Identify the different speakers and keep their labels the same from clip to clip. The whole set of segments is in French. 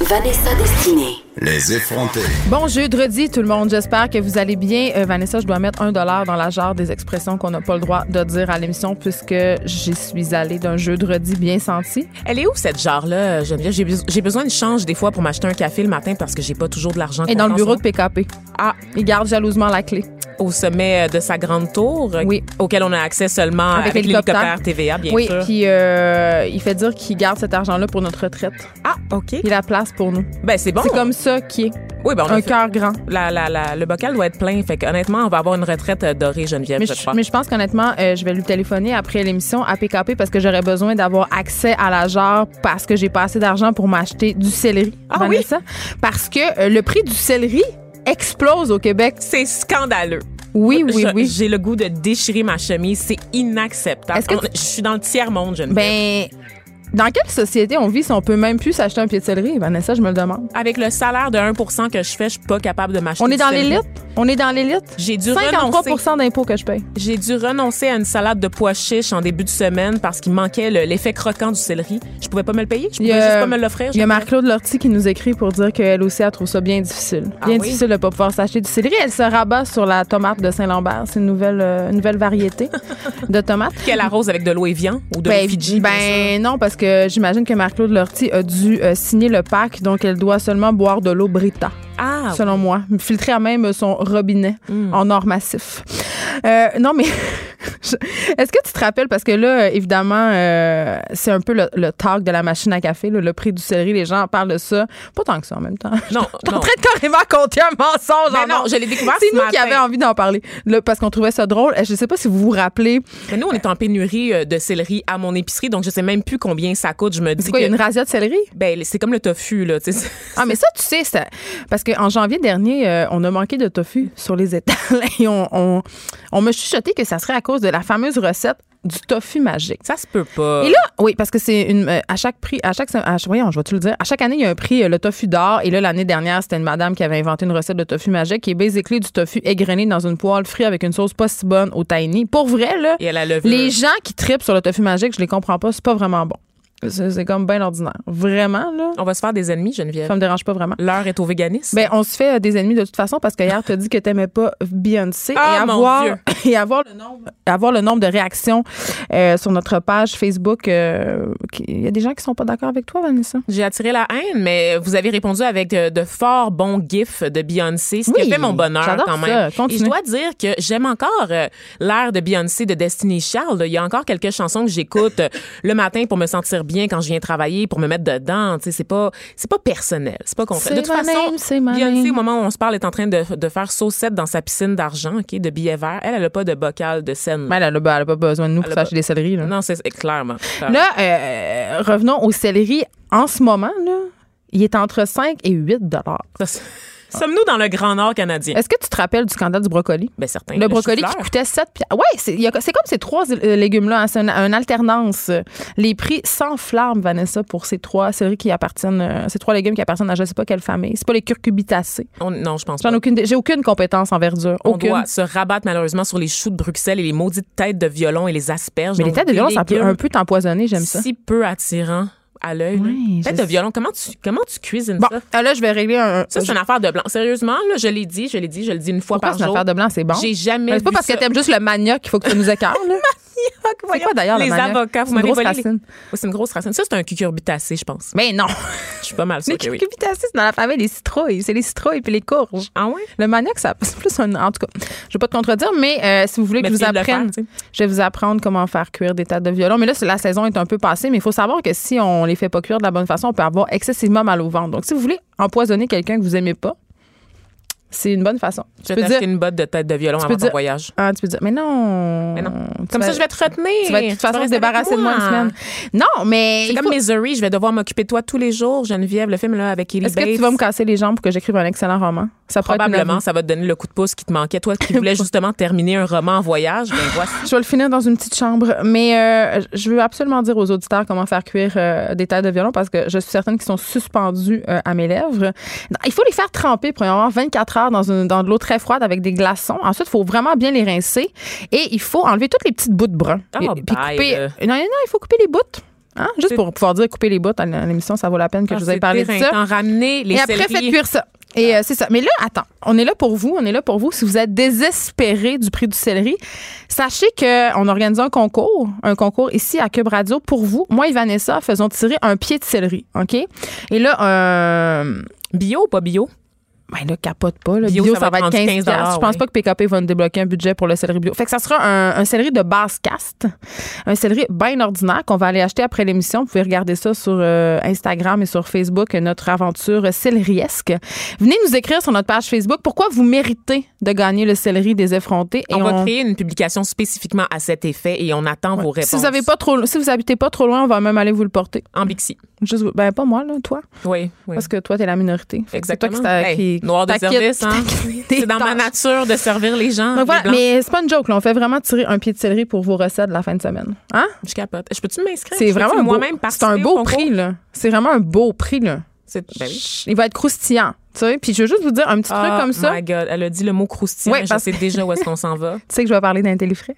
Speaker 1: Vanessa Destinée.
Speaker 2: Les effrontés.
Speaker 3: Bon jeudi tout le monde, j'espère que vous allez bien. Euh, Vanessa, je dois mettre un dollar dans la jarre des expressions qu'on n'a pas le droit de dire à l'émission puisque j'y suis allée d'un jeudi bien senti.
Speaker 4: Elle est où cette jarre-là, Geneviève? J'ai bes- J'ai besoin de change des fois pour m'acheter un café le matin parce que j'ai pas toujours de l'argent.
Speaker 3: Et dans le
Speaker 4: qu'on
Speaker 3: bureau
Speaker 4: pense,
Speaker 3: de PKP. Ah, il garde jalousement la clé.
Speaker 4: hein, Au sommet de sa grande tour, euh,
Speaker 3: Oui.
Speaker 4: auquel on a accès seulement euh, avec, l'hélicoptère TVA, bien
Speaker 3: oui,
Speaker 4: sûr.
Speaker 3: puis euh, il fait dire qu'il garde cet argent-là pour notre retraite.
Speaker 4: Ah, OK.
Speaker 3: Il a place pour nous.
Speaker 4: Ben, c'est bon.
Speaker 3: C'est comme ça qui est
Speaker 4: Oui, ben, on a
Speaker 3: un
Speaker 4: fait-
Speaker 3: cœur grand.
Speaker 4: la- la- la- le bocal doit être plein. Fait que, honnêtement, on va avoir une retraite euh, dorée, Geneviève,
Speaker 3: Mais
Speaker 4: je,
Speaker 3: je,
Speaker 4: crois.
Speaker 3: mais je pense qu'honnêtement, euh, je vais lui téléphoner après l'émission à PKP parce que j'aurais besoin d'avoir accès à la jarre parce que j'ai pas assez d'argent pour m'acheter du céleri.
Speaker 4: Ah
Speaker 3: Vanessa. Parce que euh, le prix du céleri explose au Québec.
Speaker 4: C'est scandaleux.
Speaker 3: Oui, oui,
Speaker 4: Je-
Speaker 3: oui.
Speaker 4: J'ai le goût de déchirer ma chemise. C'est inacceptable.
Speaker 3: Est-ce que
Speaker 4: On-
Speaker 3: tu-
Speaker 4: Je suis dans le tiers-monde, Geneviève.
Speaker 3: Ben, dans quelle société on vit si on peut même plus s'acheter un pied de céleri? Vanessa, je me le demande.
Speaker 4: Avec le salaire de 1 que je fais, je suis pas capable de m'acheter
Speaker 3: On est
Speaker 4: du
Speaker 3: dans
Speaker 4: céleri.
Speaker 3: l'élite? On est dans l'élite?
Speaker 4: J'ai dû renoncer.
Speaker 3: 53 d'impôts que je paye.
Speaker 4: J'ai dû renoncer à une salade de pois chiches en début de semaine parce qu'il manquait le- l'effet croquant du céleri. Je pouvais pas me le payer. Je
Speaker 3: Il y
Speaker 4: pouvais
Speaker 3: a-
Speaker 4: juste pas me l'offrir.
Speaker 3: Il y a Marc-Claude Lortie qui nous écrit pour dire qu'elle aussi, elle trouve ça bien difficile.
Speaker 4: Ah
Speaker 3: bien
Speaker 4: oui?
Speaker 3: difficile de ne pas pouvoir s'acheter du céleri. Elle se rabat sur la tomate de Saint-Lambert. C'est une nouvelle, euh, une nouvelle variété de tomate.
Speaker 4: Qu'elle arrose avec de l'eau Evian ou de l'eau
Speaker 3: Ben,
Speaker 4: Fidji. bien sûr.
Speaker 3: ben non, parce que j'imagine que Marc-Claude Lortie a dû euh, signer le pack, donc elle doit seulement boire de l'eau Brita,
Speaker 4: Ah, Hmm.
Speaker 3: selon moi. Filtrer à même son robinet en or massif. Euh, non, mais je- est-ce que tu te rappelles, parce que là, euh, évidemment, euh, c'est un peu le, le talk de la machine à café, là, le prix du céleri, les gens parlent de ça. Pas tant que ça en même temps.
Speaker 4: non,
Speaker 3: Je suis en
Speaker 4: non.
Speaker 3: train de carrément compter un mensonge.
Speaker 4: Ben
Speaker 3: en
Speaker 4: non,
Speaker 3: ondes.
Speaker 4: je l'ai découvert
Speaker 3: C'est
Speaker 4: ce
Speaker 3: nous qui
Speaker 4: matin.
Speaker 3: avions envie d'en parler, là, parce qu'on trouvait ça drôle. Je sais pas si vous vous rappelez.
Speaker 4: Mais nous, on est en pénurie euh, de céleri à mon épicerie, donc je sais même plus combien ça coûte. Je me dis
Speaker 3: C'est quoi, il y a
Speaker 4: que
Speaker 3: une razzia de céleri?
Speaker 4: ben, c'est comme le tofu là. tu sais.
Speaker 3: Ah, mais ça, tu sais, ça- parce qu'en janvier dernier, euh, on a manqué de tofu sur les étals et on, on, on m'a chuchoté que ça serait à cause de la fameuse recette du tofu magique.
Speaker 4: Ça se peut pas.
Speaker 3: Et là, oui, parce que c'est une euh, à chaque prix, à chaque sem- à, ch- voyons, je vais te le dire, à chaque année il y a un prix euh, le tofu d'or et là l'année dernière c'était une madame qui avait inventé une recette de tofu magique qui est basically du tofu égrené dans une poêle frit avec une sauce pas si bonne au tahini. Pour vrai là,
Speaker 4: Et euh, elle a levé.
Speaker 3: les gens qui tripent sur le tofu magique, je les comprends pas, c'est pas vraiment bon. C'est c'est comme bien ordinaire. Vraiment là,
Speaker 4: On va se faire des ennemis, Geneviève.
Speaker 3: ça me dérange pas vraiment.
Speaker 4: L'heure est au véganisme.
Speaker 3: Ben, on se fait euh, des ennemis de toute façon parce que hier, t'as dit que t'aimais pas Beyoncé.
Speaker 4: Ah,
Speaker 3: et
Speaker 4: mon
Speaker 3: avoir,
Speaker 4: Dieu.
Speaker 3: Et avoir le nombre, avoir le nombre de réactions euh, sur notre page Facebook, euh, qui- il y a des gens qui sont pas d'accord avec toi, Vanessa.
Speaker 4: J'ai attiré la haine, mais vous avez répondu avec euh, de forts bons gifs de Beyoncé, ce qui
Speaker 3: Oui,
Speaker 4: a fait mon bonheur
Speaker 3: j'adore
Speaker 4: quand
Speaker 3: ça.
Speaker 4: même.
Speaker 3: Continue.
Speaker 4: Et je dois dire que j'aime encore euh, l'ère de Beyoncé de Destiny Child. là. Il y a encore quelques chansons que j'écoute euh, le matin pour me sentir bien quand je viens travailler, pour me mettre dedans. Tu sais, c'est pas c'est pas personnel, c'est pas concret. De
Speaker 3: C'est
Speaker 4: toute
Speaker 3: ma
Speaker 4: façon,
Speaker 3: name, c'est ma
Speaker 4: Beyoncé
Speaker 3: name.
Speaker 4: au moment où on se parle est en train de, de faire saucette dans sa piscine d'argent, ok, de billets verts. Elle elle a pas de bocal de scène.
Speaker 3: Mais elle, elle, a pas- elle a pas besoin de nous pour
Speaker 4: Elle a
Speaker 3: s'acheter des céleris. Là,
Speaker 4: Non, c'est c'est- clairement.
Speaker 3: là euh, revenons au céleri. En ce moment, là, il est entre 5 et 8 dollars.
Speaker 4: Ça, c'est- Sommes-nous dans le Grand Nord canadien?
Speaker 3: Est-ce que tu te rappelles du scandale du brocoli?
Speaker 4: Ben, certain.
Speaker 3: Euh, Le brocoli qui
Speaker 4: chou-fleur.
Speaker 3: coûtait 7 piastres. Ouais, c'est il y a- c'est comme ces trois euh, légumes-là. hein, c'est une, une alternance. Les prix s'enflamment, Vanessa, pour ces trois céleri qui appartiennent, euh, ces trois légumes qui appartiennent à je ne sais pas quelle famille. C'est pas les curcubitacées.
Speaker 4: On- non, je pense
Speaker 3: J'en
Speaker 4: pas.
Speaker 3: ai aucune, j'ai aucune compétence en verdure.
Speaker 4: On
Speaker 3: Aucune.
Speaker 4: doit se rabattre malheureusement sur les choux de Bruxelles et les maudites têtes de violon et les asperges.
Speaker 3: Mais les
Speaker 4: Donc,
Speaker 3: têtes de
Speaker 4: des
Speaker 3: violon, ça peut
Speaker 4: légumes
Speaker 3: un peu t'empoisonner, j'aime ça.
Speaker 4: Si peu attirant à l'œil.
Speaker 3: Oui,
Speaker 4: là. Têtes
Speaker 3: je
Speaker 4: de violon, comment tu, comment tu cuisines
Speaker 3: Bon,
Speaker 4: ça?
Speaker 3: ah, là, je vais régler un.
Speaker 4: Ça, c'est une affaire de blanc. Sérieusement, là, je l'ai dit, je l'ai dit, je le dis une fois
Speaker 3: Pourquoi
Speaker 4: par
Speaker 3: c'est une
Speaker 4: jour.
Speaker 3: affaire de blanc, c'est bon?
Speaker 4: J'ai jamais
Speaker 3: Mais C'est pas
Speaker 4: vu
Speaker 3: parce
Speaker 4: ça.
Speaker 3: que t'aimes juste le manioc qu'il faut que tu nous écartes, là. C'est quoi d'ailleurs la
Speaker 4: Les
Speaker 3: manioc?
Speaker 4: avocats, vous
Speaker 3: C'est une
Speaker 4: m'avez
Speaker 3: grosse
Speaker 4: volé. les-
Speaker 3: racine.
Speaker 4: Oui, c'est une grosse racine. Ça, c'est un cucurbitacé, je pense.
Speaker 3: Mais non!
Speaker 4: Je suis pas mal sûre
Speaker 3: Les
Speaker 4: que oui.
Speaker 3: cucurbitacées, c'est dans la famille des citrouilles. C'est les citrouilles puis les courges.
Speaker 4: Ah ouais?
Speaker 3: Le manioc, ça, c'est plus un. En tout cas, je vais pas te contredire, mais euh, si vous voulez que
Speaker 4: Mais
Speaker 3: je vous
Speaker 4: tu viens de le
Speaker 3: apprenne,
Speaker 4: faire, tu
Speaker 3: je vais vous apprendre comment faire cuire des têtes de violon. Mais là, c'est- la saison est un peu passée, mais il faut savoir que si on les fait pas cuire de la bonne façon, on peut avoir excessivement mal au ventre. Donc, si vous voulez empoisonner quelqu'un que vous aimez pas, c'est une bonne façon.
Speaker 4: Je vais t'acheter une botte de tête de violon
Speaker 3: peux
Speaker 4: avant ton
Speaker 3: dire-
Speaker 4: voyage.
Speaker 3: Ah, tu peux dire, mais non.
Speaker 4: Mais non.
Speaker 3: Tu
Speaker 4: Comme
Speaker 3: vas-
Speaker 4: ça, je vais te retenir.
Speaker 3: Tu vas de toute façon se
Speaker 4: rester avec
Speaker 3: débarrasser de moi une semaine. Non, mais.
Speaker 4: C'est
Speaker 3: il
Speaker 4: comme
Speaker 3: faut-
Speaker 4: Misery, je vais devoir m'occuper de toi tous les jours, Geneviève, le film là avec Ellie
Speaker 3: Est-ce
Speaker 4: Bates.
Speaker 3: que tu vas me casser les jambes pour que j'écrive un excellent roman? Ça pourrait être une
Speaker 4: Probablement, ça va te donner le coup de pouce qui te manquait. Toi qui voulais justement terminer un roman en voyage, ben voici.
Speaker 3: Je vais le finir dans une petite chambre, mais euh, je veux absolument dire aux auditeurs comment faire cuire euh, des têtes de violon parce que je suis certaine qu'ils sont suspendus euh, à mes lèvres. Non, il faut les faire tremper premièrement 24 heures dans, une, dans de l'eau très froide avec des glaçons. Ensuite, il faut vraiment bien les rincer et il faut enlever toutes les petites bouts de brun.
Speaker 4: Ah,
Speaker 3: et, puis
Speaker 4: bye,
Speaker 3: couper.
Speaker 4: là.
Speaker 3: Non, non, non, il faut couper les bouts. Hein? Juste
Speaker 4: C'est-
Speaker 3: pour pouvoir dire couper les bouts à l'émission, ça vaut la peine que
Speaker 4: Ah,
Speaker 3: je vous ai
Speaker 4: c'est
Speaker 3: parlé de ça.
Speaker 4: éreintant. Ramener les
Speaker 3: Et après,
Speaker 4: céleris.
Speaker 3: faites cuire ça. Et euh, c'est ça. Mais là, attends, on est là pour vous, on est là pour vous. Si vous êtes désespéré du prix du céleri, sachez qu'on organise un concours, un concours ici à Cube Radio pour vous. Moi et Vanessa faisons tirer un pied de céleri, OK? Et là, euh,
Speaker 4: Bio ou pas bio?
Speaker 3: ben là, capote pas. Là. Bio,
Speaker 4: Bio,
Speaker 3: ça,
Speaker 4: ça
Speaker 3: va
Speaker 4: va
Speaker 3: être
Speaker 4: être
Speaker 3: 15
Speaker 4: rendu
Speaker 3: Je pense
Speaker 4: ouais.
Speaker 3: pas que PKP va nous débloquer un budget pour le céleri bio. Fait que ça sera un, un céleri de basse caste, un céleri bien ordinaire qu'on va aller acheter après l'émission. Vous pouvez regarder ça sur euh, Instagram et sur Facebook, notre aventure céleriesque. Venez nous écrire sur notre page Facebook pourquoi vous méritez de gagner le céleri des effrontés. Et
Speaker 4: on, va
Speaker 3: on-
Speaker 4: créer une publication spécifiquement à cet effet et on attend vos réponses.
Speaker 3: si vous avez pas trop, si vous habitez pas trop loin, on va même aller vous le porter.
Speaker 4: En Bixi.
Speaker 3: Juste, vous- ben pas moi là, toi,
Speaker 4: Oui, oui.
Speaker 3: parce que toi t'es la minorité. Fait que c'est toi qui
Speaker 4: Exactement.
Speaker 3: t'a-
Speaker 4: Hey,
Speaker 3: qui-
Speaker 4: noir de
Speaker 3: t'acquitte-
Speaker 4: service, hein?
Speaker 3: qui t'acquitte
Speaker 4: C'est dans ma
Speaker 3: des tâches.
Speaker 4: nature de servir les gens.
Speaker 3: Donc
Speaker 4: les
Speaker 3: voilà,
Speaker 4: Blancs.
Speaker 3: mais c'est pas une joke. Là. On fait vraiment tirer un pied de céleri pour vos recettes de la fin de semaine. Hein?
Speaker 4: Je capote. Je peux-tu m'inscrire?
Speaker 3: C'est
Speaker 4: Je peux-tu
Speaker 3: vraiment un beau,
Speaker 4: moi-même
Speaker 3: c'est un
Speaker 4: participer au
Speaker 3: beau
Speaker 4: concours?
Speaker 3: prix. là. C'est vraiment un beau prix. Là.
Speaker 4: C'est- ben oui.
Speaker 3: Il va être croustillant. Tu sais? Puis je veux juste vous dire un petit truc
Speaker 4: Ah,
Speaker 3: comme ça.
Speaker 4: my God. Elle a dit le mot croustillant.
Speaker 3: Ouais,
Speaker 4: mais je
Speaker 3: parce-
Speaker 4: sais déjà où est-ce qu'on s'en va.
Speaker 3: Tu sais que je vais parler d'un téléfrais.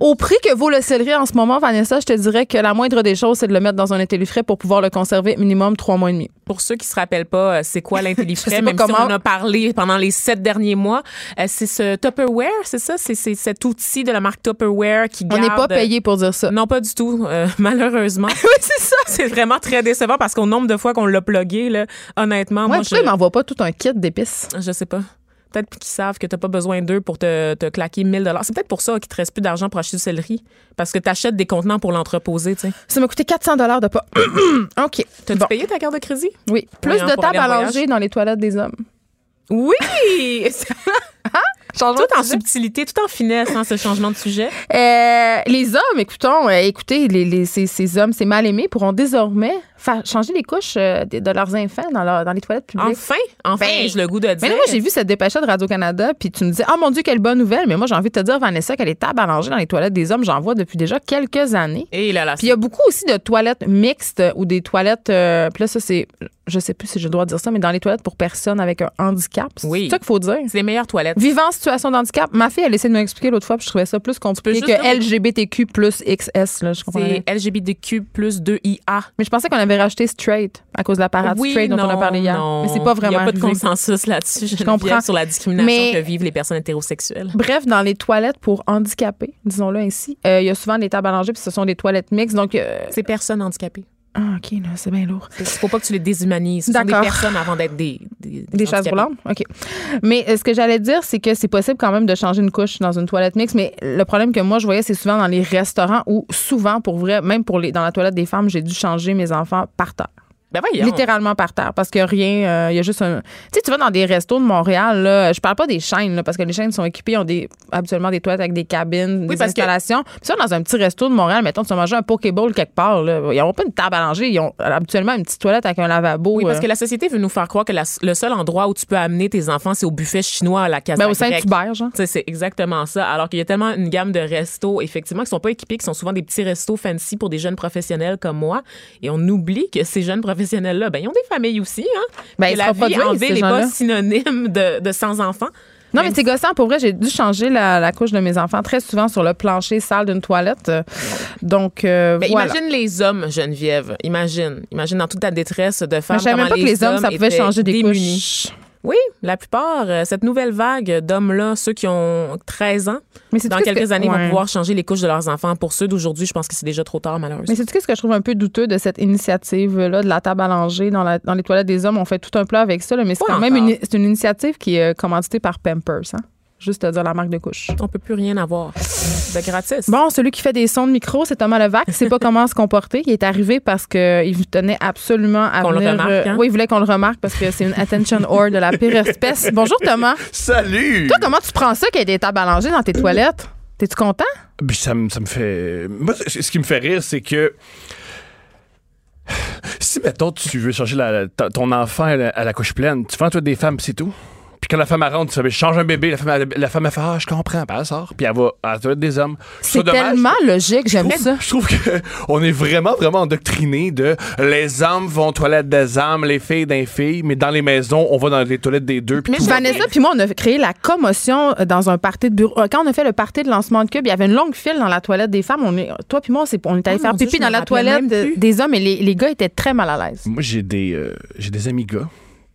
Speaker 3: Au prix que vaut le céleri en ce moment, Vanessa, je te dirais que la moindre des choses, c'est de le mettre dans un intellifrais pour pouvoir le conserver minimum trois mois et demi.
Speaker 4: Pour ceux qui se rappellent pas, euh, c'est quoi
Speaker 3: Je sais
Speaker 4: l'intelligence,
Speaker 3: pas
Speaker 4: même si
Speaker 3: comment-
Speaker 4: on en a parlé pendant les sept derniers mois, euh, c'est ce Tupperware, c'est ça? C'est c'est cet outil de la marque Tupperware qui
Speaker 3: On
Speaker 4: garde...
Speaker 3: n'est pas payé pour dire ça.
Speaker 4: Non, pas du tout, euh, malheureusement.
Speaker 3: oui, c'est ça.
Speaker 4: c'est vraiment très décevant parce qu'au nombre de fois qu'on l'a plugué, là, honnêtement,
Speaker 3: Moi,
Speaker 4: moi,
Speaker 3: tu sais, il
Speaker 4: je,
Speaker 3: m'envoie pas tout un kit d'épices.
Speaker 4: je sais pas. Peut-être qu'ils savent que t'as pas besoin d'eux pour te, te claquer 1000 dollars. C'est peut-être pour ça qu'il te reste plus d'argent pour acheter du céleri. Parce que t'achètes des contenants pour l'entreposer, tu sais.
Speaker 3: Ça m'a coûté 400 de pas. OK.
Speaker 4: T'as-tu
Speaker 3: Bon.
Speaker 4: payé ta carte de crédit?
Speaker 3: Oui. Plus
Speaker 4: Voyons,
Speaker 3: de
Speaker 4: pour
Speaker 3: tables
Speaker 4: aller en
Speaker 3: à
Speaker 4: voyage.
Speaker 3: langer dans les toilettes des hommes.
Speaker 4: Oui! tout en subtilité, tout en finesse, hein, ce changement de sujet.
Speaker 3: Euh, les hommes, écoutons, euh, écoutez, les, les- ces, ces hommes, ces mal aimés, pourront désormais fa- changer les couches euh, de, de leurs enfants dans, leur- dans les toilettes publiques.
Speaker 4: Enfin, enfin,
Speaker 3: Ben,
Speaker 4: j'ai le goût de
Speaker 3: Mais
Speaker 4: dire.
Speaker 3: là, moi, j'ai vu cette dépêche de Radio-Canada, puis tu me disais, oh mon Dieu, quelle bonne nouvelle. Mais moi, j'ai envie de te dire, Vanessa, que les tables à langer dans les toilettes des hommes, j'en vois depuis déjà quelques années.
Speaker 4: Et Eh là, là,
Speaker 3: Puis il y a beaucoup aussi de toilettes mixtes ou des toilettes. euh, puis là, ça, c'est. Je sais plus si je dois dire ça, mais dans les toilettes pour personnes avec un handicap. C'est
Speaker 4: Oui.
Speaker 3: ça qu'il faut dire.
Speaker 4: c'est les meilleures toilettes.
Speaker 3: Vivant en situation d'handicap, ma fille, elle essaie de me l'expliquer l'autre fois, puis je trouvais ça plus compliqué
Speaker 4: Tu peux juste
Speaker 3: que LGBTQ plus XS, là, je comprends rien.
Speaker 4: C'est LGBTQ plus 2IA.
Speaker 3: Mais je pensais qu'on avait racheté straight à cause de la parade straight Ah, dont on a parlé hier.
Speaker 4: non.
Speaker 3: Mais c'est pas vraiment
Speaker 4: Il n'y a pas de
Speaker 3: arrivé.
Speaker 4: consensus là-dessus, je
Speaker 3: comprends.
Speaker 4: comprends. sur la discrimination
Speaker 3: Mais-
Speaker 4: que vivent les personnes hétérosexuelles.
Speaker 3: Bref, dans les toilettes pour handicapés, disons-le ainsi, euh, il y a souvent des tables à langer, puis ce sont des toilettes mixtes. Donc, euh,
Speaker 4: C'est personnes handicapées.
Speaker 3: ah, OK, là, c'est bien lourd.
Speaker 4: Il faut pas que tu les déshumanises. Ce sont des
Speaker 3: D'accord.
Speaker 4: personnes avant d'être des Des,
Speaker 3: Des chaises
Speaker 4: handicapés.
Speaker 3: roulantes? OK. Mais euh, ce que j'allais dire, c'est que c'est possible quand même de changer une couche dans une toilette mixte. Mais le problème que moi, je voyais, c'est souvent dans les restaurants où, souvent, pour vrai, même pour les, dans la toilette des femmes, j'ai dû changer mes enfants par terre.
Speaker 4: Ben voyons.
Speaker 3: Littéralement par terre, parce que rien, euh, il y a juste un. Tu sais, tu vas dans des restos de Montréal, là, je parle pas des chaînes, là, parce que les chaînes sont équipées, ont des, habituellement des toilettes avec des cabines, des
Speaker 4: parce que-
Speaker 3: installations. Puis ça, dans un petit resto de Montréal, mettons, tu vas manger un Pokéball quelque part, là, ils n'ont pas une table à langer, ils ont habituellement une petite toilette avec un lavabo.
Speaker 4: Oui, parce
Speaker 3: euh.
Speaker 4: que la société veut nous faire croire que la- le seul endroit où tu peux amener tes enfants, c'est au buffet chinois à la casa
Speaker 3: Ben, au
Speaker 4: grecque.
Speaker 3: Saint-Hubert, genre.
Speaker 4: Tu sais, C'est exactement ça. Alors qu'il y a tellement une gamme de restos, effectivement, qui sont pas équipés, qui sont souvent des petits restos fancy pour des jeunes professionnels comme moi. Et on oublie que ces jeunes professionnels-là, ben, ils ont des familles aussi. Hein?
Speaker 3: Ben,
Speaker 4: Que
Speaker 3: ils se
Speaker 4: la vie
Speaker 3: reproduisent,
Speaker 4: en ville
Speaker 3: ces
Speaker 4: n'est
Speaker 3: gens-là.
Speaker 4: pas synonyme de, de sans enfants.
Speaker 3: Non, mais
Speaker 4: Même
Speaker 3: c'est gossant. Pour vrai, j'ai dû changer la, la couche de mes enfants très souvent sur le plancher sale d'une toilette. Euh, Donc, euh,
Speaker 4: Ben,
Speaker 3: voilà.
Speaker 4: Imagine les hommes, Geneviève. Imagine. Imagine dans toute ta détresse de
Speaker 3: Mais
Speaker 4: femme.
Speaker 3: Ben, je savais même
Speaker 4: comment
Speaker 3: pas que les hommes, ça pouvait
Speaker 4: étaient
Speaker 3: changer des
Speaker 4: démunis.
Speaker 3: couches.
Speaker 4: Oui, la plupart, euh, cette nouvelle vague d'hommes-là, ceux qui ont 13 ans,
Speaker 3: Mais c'est
Speaker 4: dans
Speaker 3: tout ce
Speaker 4: quelques
Speaker 3: que-
Speaker 4: années,
Speaker 3: ouais.
Speaker 4: vont pouvoir changer les couches de leurs enfants. Pour ceux d'aujourd'hui, je pense que c'est déjà trop tard, malheureusement.
Speaker 3: Mais c'est tout ce que je trouve un peu douteux de cette initiative-là, de la table à langer dans, la- dans les toilettes des hommes. On fait tout un plat avec ça, là, mais c'est
Speaker 4: Pas
Speaker 3: quand même
Speaker 4: encore.
Speaker 3: une, c'est une initiative qui est euh, commanditée par Pampers, hein? juste à dire la marque de couche.
Speaker 4: On peut plus rien avoir de gratis.
Speaker 3: Bon, celui qui fait des sons de micro, c'est Thomas Levac. Il sait pas comment se comporter. Il est arrivé parce qu'il tenait absolument à
Speaker 4: Qu'on le
Speaker 3: venir,
Speaker 4: remarque,
Speaker 3: euh,
Speaker 4: hein?
Speaker 3: Oui, il voulait qu'on le remarque parce que c'est une attention whore de la pire espèce. Bonjour Thomas.
Speaker 5: Salut!
Speaker 3: Toi, comment tu prends ça qu'il y ait des tables à langer dans tes toilettes? T'es-tu content?
Speaker 5: Puis ça, me- ça me fait. Moi, c- ce qui me fait rire, c'est que. Si, mettons, tu veux changer la- la- ta- ton enfant à la, à la couche pleine, tu vends toi des femmes, pis c'est tout. Puis quand la femme elle rentre, tu fais, change un bébé, la femme, elle- la femme, elle fait, ah, je comprends, puis elle sort, puis elle va à la toilette des hommes. Je
Speaker 3: C'est
Speaker 5: trouve ça dommage.
Speaker 3: tellement logique, j'aime
Speaker 5: Je trouve-
Speaker 3: ça.
Speaker 5: Je trouve que on est vraiment, vraiment endoctriné de les hommes vont aux toilettes des hommes, les filles d'un filles, mais dans les maisons, on va dans les toilettes des deux. puis
Speaker 4: Mais
Speaker 5: tout
Speaker 4: je
Speaker 5: va-
Speaker 3: Vanessa puis moi, on a créé la commotion euh, dans un party de bureau. Euh, Quand on a fait le party de lancement de cube, il y avait une longue file dans la toilette des femmes. On est, toi puis moi, on s'est- on est allé
Speaker 4: Oh
Speaker 3: faire
Speaker 4: mon Dieu,
Speaker 3: pipi
Speaker 4: je
Speaker 3: dans
Speaker 4: me
Speaker 3: la
Speaker 4: rappelais
Speaker 3: toilette
Speaker 4: même
Speaker 3: de-
Speaker 4: plus.
Speaker 3: des hommes et les, les gars étaient très mal à l'aise.
Speaker 5: Moi, j'ai des, euh, j'ai des amis gars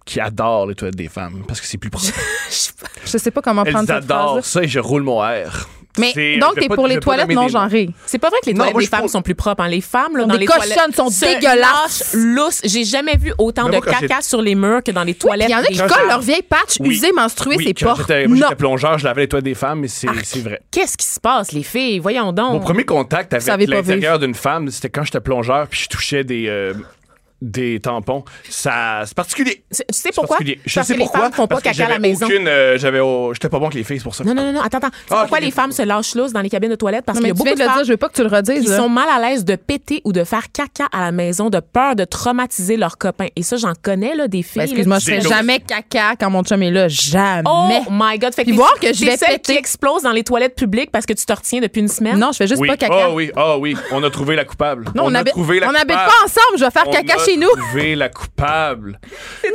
Speaker 5: qui adorent les toilettes des femmes parce que c'est plus propre.
Speaker 3: Je sais pas comment prendre
Speaker 5: Elles
Speaker 3: cette phrase.
Speaker 5: adorent ça et je roule mon R.
Speaker 3: Mais
Speaker 5: C'est- je
Speaker 3: donc
Speaker 5: vais
Speaker 3: t'es
Speaker 5: pas-
Speaker 3: pour
Speaker 5: je
Speaker 3: les
Speaker 5: vais pas
Speaker 3: toilettes
Speaker 5: nommer des
Speaker 3: non
Speaker 5: noms.
Speaker 3: genrées.
Speaker 4: C'est pas vrai que les
Speaker 5: Non,
Speaker 4: toilettes
Speaker 5: moi,
Speaker 4: des
Speaker 5: je trouve-
Speaker 4: femmes sont plus propres. hein. Les femmes, là,
Speaker 3: Sont
Speaker 4: dans
Speaker 3: des
Speaker 4: les
Speaker 3: cochonnes,
Speaker 4: toilettes...
Speaker 3: sont
Speaker 4: se
Speaker 3: dégueulasses.
Speaker 4: lâchent, lousses. J'ai jamais vu autant
Speaker 5: Mais
Speaker 4: de
Speaker 5: moi, quand
Speaker 4: caca sur les murs que dans les
Speaker 3: Il
Speaker 4: toilettes.
Speaker 3: y en a qui
Speaker 4: des
Speaker 3: collent
Speaker 4: femmes.
Speaker 3: leur vieille patch
Speaker 5: Oui.
Speaker 3: usée menstruée,
Speaker 5: Oui,
Speaker 3: c'est
Speaker 5: quand
Speaker 3: pas.
Speaker 5: J'étais moi,
Speaker 3: Non.
Speaker 5: j'étais plongeur, je lavais les toilettes des femmes, mais c'est c'est vrai.
Speaker 4: Qu'est-ce qui se passe, les filles? Voyons donc.
Speaker 5: Mon premier contact
Speaker 3: savez
Speaker 5: avec
Speaker 3: pas
Speaker 5: l'intérieur d'une femme, c'était quand j'étais plongeur puis je touchais des, euh, des tampons. Ça, c'est particulier.
Speaker 4: C'est- Tu sais
Speaker 5: C'est
Speaker 4: pourquoi?
Speaker 5: particulier. Je
Speaker 4: Parce
Speaker 5: sais
Speaker 4: que
Speaker 5: pourquoi.
Speaker 4: les femmes font pas
Speaker 5: parce que
Speaker 4: caca à la
Speaker 5: j'avais
Speaker 4: maison.
Speaker 5: Aucune, euh, j'avais, oh, j'étais pas bon avec les filles, c'est pour ça.
Speaker 4: Non, non, non, non, attends, attends. Tu sais
Speaker 5: Ah,
Speaker 4: pourquoi
Speaker 5: ok.
Speaker 4: les femmes se lâchent lousses dans les cabines de toilettes? Parce
Speaker 3: Non,
Speaker 4: qu'il
Speaker 3: mais
Speaker 4: y a
Speaker 3: tu
Speaker 4: beaucoup
Speaker 3: viens
Speaker 4: de
Speaker 3: de le
Speaker 4: femmes
Speaker 3: dire, je veux pas que tu le
Speaker 4: qui
Speaker 3: redises. là.
Speaker 4: sont mal à l'aise de péter ou de faire caca à la maison de peur de traumatiser leurs copains. Et ça, j'en connais, là, des filles.
Speaker 3: Ben, excuse-moi,
Speaker 4: là,
Speaker 3: je fais
Speaker 5: Des
Speaker 3: jamais caca quand mon chum est là. Jamais.
Speaker 4: Oh my God! Fait
Speaker 3: Puis
Speaker 4: que t'es-
Speaker 3: voir que je
Speaker 4: t'es
Speaker 3: vais
Speaker 4: celle
Speaker 3: péter.
Speaker 4: qui explose dans les toilettes publiques parce que tu te retiens depuis une semaine.
Speaker 3: Non, je fais juste
Speaker 5: oui.
Speaker 3: pas caca.
Speaker 5: Ah oui, ah oui, on a trouvé la coupable.
Speaker 3: Non, on
Speaker 5: a
Speaker 3: habite-
Speaker 5: trouvé la
Speaker 3: on habite
Speaker 5: coupable.
Speaker 3: pas ensemble, je vais faire caca chez
Speaker 5: on
Speaker 3: nous.
Speaker 5: On a trouvé la coupable.